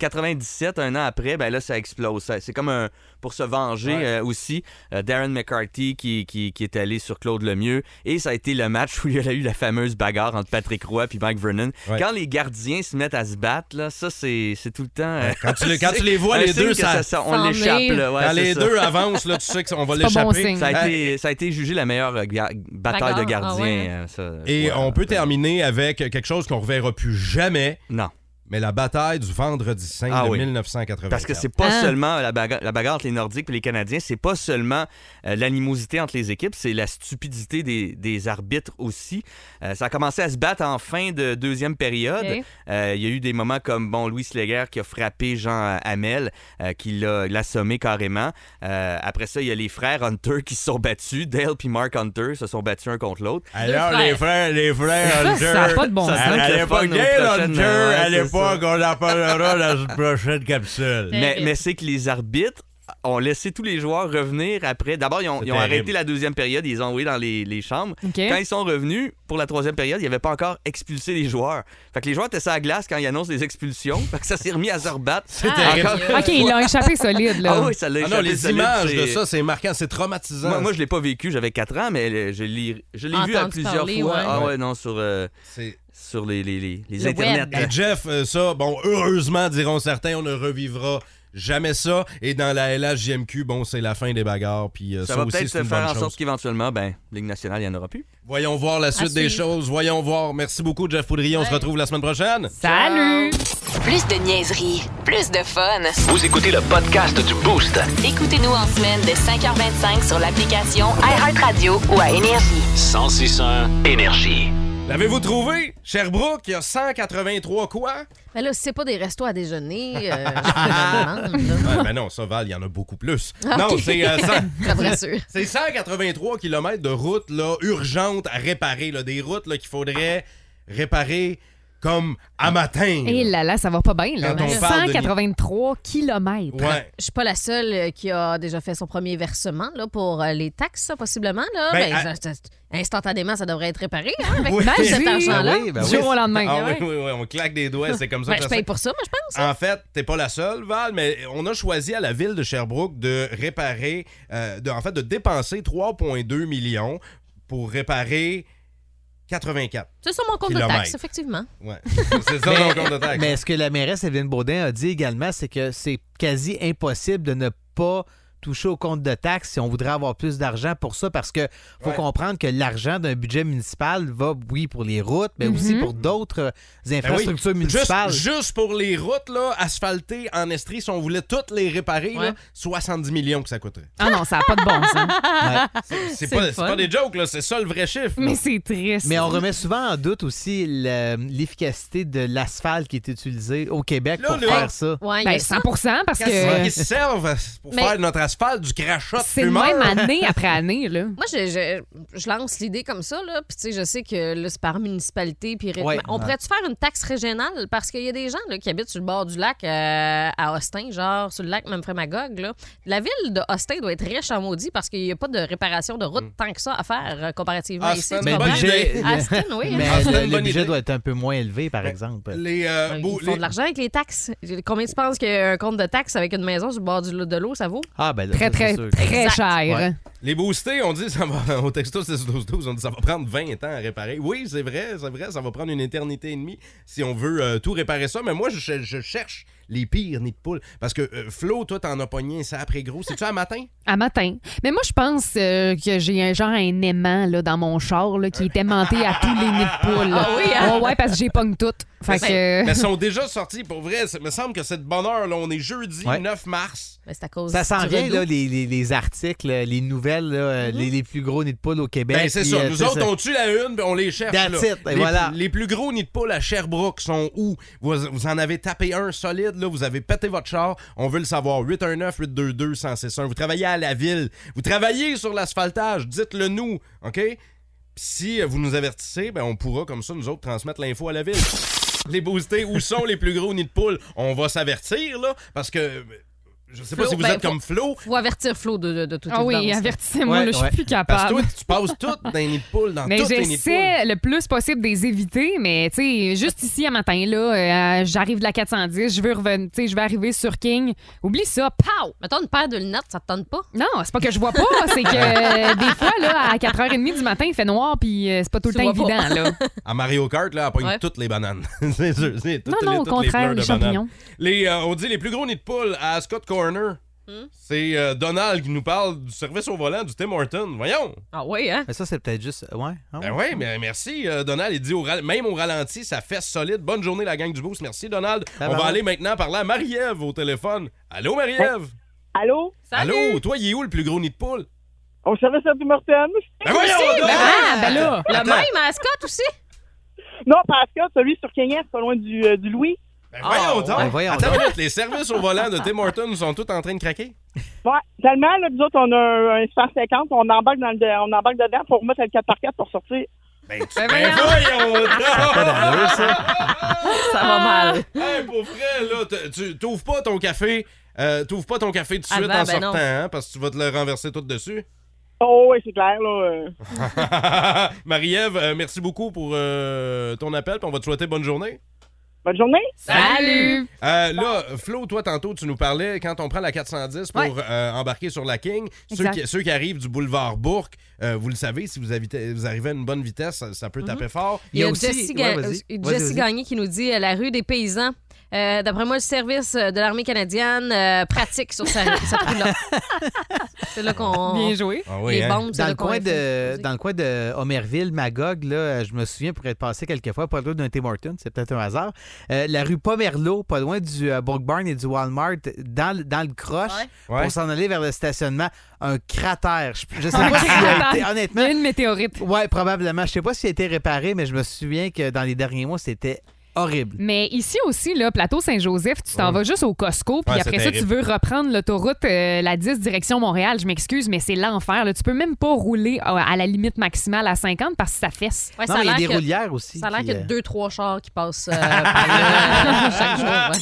Speaker 11: 97, un an après, ben là, ça explose. Ça- C'est comme un, pour se venger euh, aussi. euh, Darren McCarthy qui, qui- qui est allé sur Claude Lemieux. Et ça a été le match où il y a eu la fameuse bagarre entre Patrick Roy et Mike Vernon.
Speaker 3: Ouais.
Speaker 11: Quand les gardiens se mettent à se battre, là, ça, c'est c'est tout le temps. euh,
Speaker 3: Quand tu, les- quand tu les
Speaker 11: (laughs)
Speaker 3: vois,
Speaker 11: un
Speaker 3: les
Speaker 11: signe
Speaker 3: deux,
Speaker 11: que
Speaker 3: ça,
Speaker 11: ça- on l'échappe. là, ouais,
Speaker 3: quand
Speaker 11: c'est
Speaker 3: les
Speaker 11: ça.
Speaker 3: deux avancent, là, tu sais qu'on va
Speaker 11: C'est pas bon
Speaker 3: l'échapper.
Speaker 11: signe. Ça a
Speaker 3: Euh,
Speaker 11: été, ça a été jugé la meilleure euh, ga- bataille
Speaker 5: Bagarre,
Speaker 11: de
Speaker 5: ah
Speaker 11: gardiens.
Speaker 5: ouais.
Speaker 11: euh, ça,
Speaker 3: Et
Speaker 11: ouais.
Speaker 3: on peut terminer avec quelque chose qu'on ne reverra plus jamais.
Speaker 11: Non.
Speaker 3: Mais la bataille du vendredi saint
Speaker 11: Ah
Speaker 3: de
Speaker 11: oui.
Speaker 3: 1980.
Speaker 11: Parce que c'est pas
Speaker 5: Ah.
Speaker 11: seulement la bagarre, la bagarre entre les Nordiques et les Canadiens, c'est pas seulement euh, l'animosité entre les équipes, c'est la stupidité des, des arbitres aussi. Euh, ça a commencé à se battre en fin de deuxième période.
Speaker 5: Ok.
Speaker 11: Euh, Il y a eu des moments comme bon Louis Slager qui a frappé Jean Hamel, euh, qui l'a l'a assommé carrément. Euh, après ça, il y a les frères Hunter qui se sont battus. Dale puis Mark Hunter se sont battus un contre l'autre.
Speaker 3: Alors, les frères, les frères
Speaker 11: Ça,
Speaker 3: Hunter.
Speaker 11: ça a pas de bon sens.
Speaker 3: À-
Speaker 11: Ça
Speaker 3: À
Speaker 11: serait le fun
Speaker 3: l'époque,
Speaker 11: aux
Speaker 3: Gail
Speaker 11: prochaines-
Speaker 3: Hunter,
Speaker 11: ouais,
Speaker 3: à
Speaker 11: c'est ça.
Speaker 3: l'époque, on en parlera dans une prochaine capsule.
Speaker 11: Mais, mais c'est que les arbitres ont laissé tous les joueurs revenir après. D'abord, ils ont,
Speaker 3: C'est
Speaker 11: ils ont
Speaker 3: terrible.
Speaker 11: arrêté la deuxième période, ils les ont envoyés dans les, les chambres.
Speaker 3: OK.
Speaker 11: Quand ils sont revenus pour la troisième période, ils n'avaient pas encore expulsé les joueurs. Fait que les joueurs étaient sur la glace quand ils annoncent les expulsions. Fait que ça s'est remis à se rebattre.
Speaker 3: terrible.
Speaker 11: Encore une
Speaker 4: OK, il
Speaker 11: fois.
Speaker 4: l'a échappé solide, là.
Speaker 11: Ah oui, ça l'a
Speaker 3: Ah non,
Speaker 11: échappé
Speaker 3: les
Speaker 11: solide,
Speaker 3: images de
Speaker 11: c'est-
Speaker 3: ça, c'est marquant, c'est traumatisant.
Speaker 11: Moi, moi, je l'ai pas vécu, j'avais 4 ans, mais euh, je l'ai je l'ai vu à
Speaker 3: Entendu
Speaker 11: plusieurs
Speaker 3: parler,
Speaker 11: fois.
Speaker 3: ouais.
Speaker 11: Ah
Speaker 3: Ouais.
Speaker 11: ouais, non, sur, euh, sur les, les, les, les internets. là.
Speaker 3: Et Jeff, euh, ça, bon, heureusement, diront certains, on ne revivra jamais ça. Et dans la LHJMQ, bon, c'est la fin des bagarres. Puis euh,
Speaker 11: Ça,
Speaker 3: ça,
Speaker 11: va
Speaker 3: aussi,
Speaker 11: peut-être
Speaker 3: c'est
Speaker 11: se
Speaker 3: une
Speaker 11: faire
Speaker 3: bonne
Speaker 11: en
Speaker 3: chose.
Speaker 11: sorte qu'éventuellement, ben, Ligue nationale, il n'y en aura plus.
Speaker 3: Voyons voir la suite des
Speaker 11: suivre.
Speaker 3: choses. Voyons voir. Merci beaucoup, Jeff Poudrier. On se retrouve la semaine prochaine.
Speaker 1: Salut! Plus de niaiserie, plus de fun.
Speaker 2: Vous écoutez le podcast du Boost.
Speaker 1: Écoutez-nous en semaine de 5h25 sur l'application iHeartRadio ou à Énergie.
Speaker 2: 1061 Énergie.
Speaker 3: L'avez-vous trouvé? Sherbrooke, il y a 183 quoi?
Speaker 5: Mais là, si c'est pas des restos à déjeuner,
Speaker 3: (laughs)
Speaker 5: euh,
Speaker 3: Ouais, ben non, ça, Val, il y en a beaucoup plus.
Speaker 5: Ah,
Speaker 3: Non,
Speaker 5: (laughs) ok.
Speaker 3: c'est euh, cent-
Speaker 5: Ça me rassure.
Speaker 3: c'est 183 km de routes là, urgentes à réparer. là, des routes là, qu'il faudrait réparer comme à matin.
Speaker 4: Et Eh là, là, ça va pas bien, là.
Speaker 3: Quand on parle de-
Speaker 4: 183 kilomètres.
Speaker 3: Ouais.
Speaker 5: Je suis pas la seule euh, qui a déjà fait son premier versement là, pour euh, les taxes, ça, possiblement. Là.
Speaker 3: Ben,
Speaker 5: Ben,
Speaker 3: à-
Speaker 5: ça- ça- instantanément, ça devrait être réparé hein, avec
Speaker 3: Oui.
Speaker 5: même cet
Speaker 3: (laughs) Ah
Speaker 5: argent-là.
Speaker 3: oui, ben
Speaker 4: Du
Speaker 3: oui.
Speaker 4: jour au lendemain.
Speaker 3: Ah
Speaker 4: Ouais.
Speaker 3: oui, oui, oui, on claque des doigts, c'est comme ça
Speaker 5: Ben,
Speaker 3: que
Speaker 5: je
Speaker 3: ça
Speaker 5: paye
Speaker 3: se-
Speaker 5: pour ça, moi, je pense.
Speaker 3: En fait, t'es pas la seule, Val, mais on a choisi à la ville de Sherbrooke de réparer, euh, de, en fait, de dépenser 3,2 millions pour réparer 84.
Speaker 5: C'est sur mon compte de
Speaker 10: Kilomètres.
Speaker 5: taxes, effectivement.
Speaker 3: Ouais. C'est ça,
Speaker 10: mais,
Speaker 3: ton compte de taxe.
Speaker 10: mais ce que la mairesse Evelyne Baudin a dit également, c'est que c'est quasi impossible de ne pas toucher au compte de taxes si on voudrait avoir plus d'argent pour ça, parce que faut
Speaker 3: Ouais.
Speaker 10: comprendre que l'argent d'un budget municipal va, oui, pour les routes, mais aussi
Speaker 3: Mhm.
Speaker 10: pour d'autres euh,
Speaker 3: Ben oui.
Speaker 10: infrastructures
Speaker 3: Juste-
Speaker 10: municipales.
Speaker 3: Juste, pour les routes là, asphaltées en Estrie, si on voulait toutes les réparer, là, 70 millions que ça coûterait.
Speaker 4: Ah non, ça n'a pas de bon sens. (laughs)
Speaker 3: Ouais. C'est- C'est pas, c'est pas des jokes, là, c'est ça le vrai chiffre. là.
Speaker 4: triste.
Speaker 10: Mais on remet souvent en doute aussi le- l'efficacité de l'asphalte qui est utilisé au Québec
Speaker 3: Là,
Speaker 10: pour
Speaker 3: là.
Speaker 10: faire ça.
Speaker 5: Ouais,
Speaker 4: Ben, 100 parce que.
Speaker 3: Qu'est-ce qu'ils servent pour
Speaker 5: Mais-
Speaker 3: faire notre asphalte du crachat
Speaker 4: C'est le même année après année,
Speaker 3: (laughs)
Speaker 4: là.
Speaker 5: Moi, je, je- je lance l'idée comme ça, là. Puis, tu sais, je sais que là, c'est par municipalité. Puis, ré-
Speaker 4: Ouais.
Speaker 5: mais on pourrait-tu faire une taxe régionale? Parce qu'il y a des gens là, qui habitent sur le bord du lac euh, à Austin, genre sur le lac Memphremagog, là. La ville de Austin doit être riche en maudit parce qu'il n'y a pas de réparation de route tant que ça à faire euh, comparativement
Speaker 3: Ah,
Speaker 5: ici.
Speaker 3: c'est
Speaker 5: tu
Speaker 10: Mm. Mais le
Speaker 5: comprends?
Speaker 10: budget,
Speaker 5: À Austin, oui.
Speaker 10: mais
Speaker 5: Ah, c'est
Speaker 10: le,
Speaker 5: une
Speaker 10: le
Speaker 5: bonne
Speaker 10: budget
Speaker 5: idée.
Speaker 10: doit être un peu moins élevé, par exemple.
Speaker 3: Les, euh,
Speaker 5: Ils
Speaker 3: beaux-
Speaker 5: font
Speaker 3: les-
Speaker 5: de l'argent avec les taxes. Combien tu penses qu'un compte de taxes avec une maison sur le bord du- de l'eau, ça vaut?
Speaker 10: Ah, ben là,
Speaker 5: Très,
Speaker 10: ça, c'est
Speaker 5: très,
Speaker 10: sûr que-
Speaker 5: très
Speaker 10: Exact.
Speaker 5: cher.
Speaker 10: Ouais.
Speaker 3: Les boostés, on dit, ça va, (laughs) au texto 6-12-12, on dit ça va prendre 20 ans à réparer. Oui, c'est vrai, c'est vrai, ça va prendre une éternité et demie si on veut euh, tout réparer ça. Mais moi, je, ch- je cherche les pires nids de poule. Parce que euh, Flo, toi, t'en as pogné ça après gros. C'est-tu à matin?
Speaker 4: À matin. Mais moi, je pense euh, que j'ai un genre un aimant là, dans mon char là, qui est aimanté à tous les nids de poule.
Speaker 3: Euh. Ah oui, hein?
Speaker 4: Oh, ouais, parce que j'ai pogne toutes. Fait
Speaker 3: mais,
Speaker 4: que... euh,
Speaker 3: mais sont déjà sortis, pour vrai. Ça me semble que c'est de bonne heure. Là. On est jeudi 9 mars.
Speaker 5: Ben, c'est à cause
Speaker 10: Ça s'en vient, là, les, les- les articles, les nouvelles, là, euh, les, les plus gros nids de poule au Québec.
Speaker 3: Ben, c'est
Speaker 10: puis,
Speaker 3: ça.
Speaker 10: euh,
Speaker 3: Nous
Speaker 10: c'est
Speaker 3: autres,
Speaker 10: ça.
Speaker 3: on tue la une, puis on les cherche.
Speaker 10: That's
Speaker 3: là.
Speaker 10: it, et
Speaker 3: les,
Speaker 10: voilà.
Speaker 3: les plus gros nids de poule à Sherbrooke sont où? Vous, vous en avez tapé un solide, là. Vous avez pété votre char. On veut le savoir. 819-822-161. Vous travaillez à la ville. Vous travaillez sur l'asphaltage. Dites-le nous, OK? Puis si euh, vous nous avertissez, ben, on pourra, comme ça, nous autres, transmettre l'info à la ville. Les boostés, où sont les plus gros nids de poule? On va s'avertir, là, parce que... euh, Je sais pas
Speaker 5: Flo,
Speaker 3: si vous
Speaker 5: ben,
Speaker 3: êtes comme
Speaker 5: faut-
Speaker 3: Flo.
Speaker 5: Faut avertir Flo de, de, de toute
Speaker 4: Ah oui,
Speaker 5: évidence.
Speaker 4: avertissez-moi, là, je suis plus
Speaker 3: Parce que
Speaker 4: capable.
Speaker 3: toi, tu passes tout dans les nids de poule, dans
Speaker 4: Mais
Speaker 3: toutes les nids de poule.
Speaker 4: j'essaie le plus possible de les éviter, mais tu sais, juste ici à matin, là, euh, j'arrive de la 410, je veux revenir, tu sais, je vais arriver sur King. Oublie ça, pow!
Speaker 5: Mettons une paire de lunettes, ça te tente pas?
Speaker 4: Non, c'est pas que je
Speaker 3: (laughs)
Speaker 4: vois pas, c'est que euh, des fois, là, à 4h30 du matin, il fait noir, puis euh, c'est pas tout le
Speaker 5: Tu
Speaker 4: temps
Speaker 5: vois pas.
Speaker 4: évident, là.
Speaker 3: À Mario Kart, là, elle pogne
Speaker 4: Ouais.
Speaker 3: toutes les bananes. (laughs) c'est sûr. c'est (laughs) toutes
Speaker 4: Non, non,
Speaker 3: les-
Speaker 4: au
Speaker 3: toutes
Speaker 4: contraire,
Speaker 3: fleurs de
Speaker 4: les champignons.
Speaker 3: bananes. Les, euh, on dit les plus gros nids de poule à Scott Corner. C'est euh, Donald qui nous parle du service au volant du Tim Horton. Voyons!
Speaker 4: Oh.
Speaker 5: Ah oui, hein?
Speaker 10: Mais ça, c'est peut-être juste. Ouais. ah ouais.
Speaker 3: Ben oui, mais merci, euh, Donald. Il dit au ral- même au ralenti, ça fait solide. Bonne journée, la gang du Boost. Merci, Donald.
Speaker 10: Ça
Speaker 3: on
Speaker 10: va.
Speaker 3: va aller maintenant parler à Marie-Ève au téléphone. Allô, Marie-Ève?
Speaker 12: Allô?
Speaker 3: Allô, toi, il est où le plus gros nid de poule?
Speaker 12: On savait ça du Morton.
Speaker 3: Ben voyons donc!
Speaker 4: Ben Ah,
Speaker 5: Le
Speaker 3: Attends.
Speaker 5: même à Scott aussi?
Speaker 12: Non, pas à Scott, celui sur Kenya, c'est pas loin du, euh, du Louis.
Speaker 3: Ben voyons donc!
Speaker 10: Ah, ouais, voyons
Speaker 3: Attends,
Speaker 10: donc.
Speaker 3: une minute, les services au volant de Tim Horton sont tous en train de craquer?
Speaker 12: Ouais, tellement, là, nous autres, on a un, un 150, on embarque, dans le, on embarque dedans pour remettre le 4x4 pour sortir.
Speaker 3: Ben, tu- ben voyons donc!
Speaker 5: Ça va mal.
Speaker 3: Hey, pour vrai, là, t- tu t'ouvres pas ton café. euh, t'ouvres pas ton café tout de suite
Speaker 12: Avant,
Speaker 3: en
Speaker 12: ben non.
Speaker 3: sortant, hein, parce que tu vas te le renverser tout dessus.
Speaker 12: Oh, oui, c'est clair, là. euh.
Speaker 3: (laughs) Marie-Ève, euh, merci beaucoup pour euh, ton appel, puis on va te souhaiter bonne journée.
Speaker 12: Bonne journée.
Speaker 5: Salut!
Speaker 3: Euh, là, Flo, toi, tantôt, tu nous parlais quand on prend la 410 pour
Speaker 5: Ouais.
Speaker 3: euh, embarquer sur la King. Ceux
Speaker 5: Exact.
Speaker 3: qui, ceux qui arrivent du boulevard Bourque, euh, vous le savez, si vous, habitez- vous arrivez à une bonne vitesse, ça, ça peut taper fort.
Speaker 5: Mhm. Il y a, Jessie, Ga- euh, Jessie Gagné qui nous dit euh, la rue des paysans. Euh, D'après moi, le service euh, de l'armée canadienne euh, pratique sur sa, cette rue-là. C'est là qu'on.
Speaker 4: Bien joué.
Speaker 10: Ah oui,
Speaker 5: les
Speaker 10: hein.
Speaker 5: bombes, c'est
Speaker 10: dans,
Speaker 5: là
Speaker 10: le
Speaker 5: qu'on
Speaker 10: coin
Speaker 5: les fait.
Speaker 10: de, Euh, dans le coin de Homerville, Magog, là, je me souviens pour être passé quelques fois, pas loin d'un Tim Hortons, c'est peut-être un hasard. Euh, la rue Pomerleau, pas loin du euh, Brookbarn et du Walmart, dans, le- dans le croche,
Speaker 3: Ouais.
Speaker 10: pour s'en aller vers le stationnement, un cratère. Je, je sais
Speaker 4: Un
Speaker 10: pas si a
Speaker 4: (laughs) cratère.
Speaker 10: été, honnêtement.
Speaker 4: une météorite.
Speaker 10: Ouais, probablement. Je sais pas si a été réparé, mais je me souviens que dans les derniers mois, c'était horrible.
Speaker 4: Mais ici aussi, là, Plateau Saint-Joseph, tu t'en vas juste au Costco, puis
Speaker 10: Ouais,
Speaker 4: après
Speaker 10: c'est
Speaker 4: ça, tu
Speaker 10: terrible.
Speaker 4: veux reprendre l'autoroute, euh, la 10 direction Montréal. Je m'excuse, mais c'est l'enfer. Là. Tu peux même pas rouler à, à la limite maximale à 50 parce que ça fesse.
Speaker 5: Ouais, ça a l'air que- Ça a l'air
Speaker 4: qui,
Speaker 5: qu'il y a
Speaker 4: euh,
Speaker 5: deux, trois chars qui passent euh, par là chaque jour. ouais.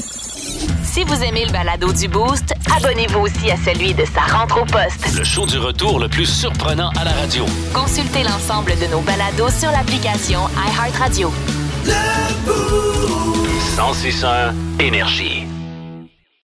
Speaker 1: Si vous aimez le balado du Boost, abonnez-vous aussi à celui de sa rentre au poste.
Speaker 2: Le show du retour le plus surprenant à la radio.
Speaker 1: Consultez l'ensemble de nos balados sur l'application iHeartRadio.
Speaker 2: 1061 Énergie.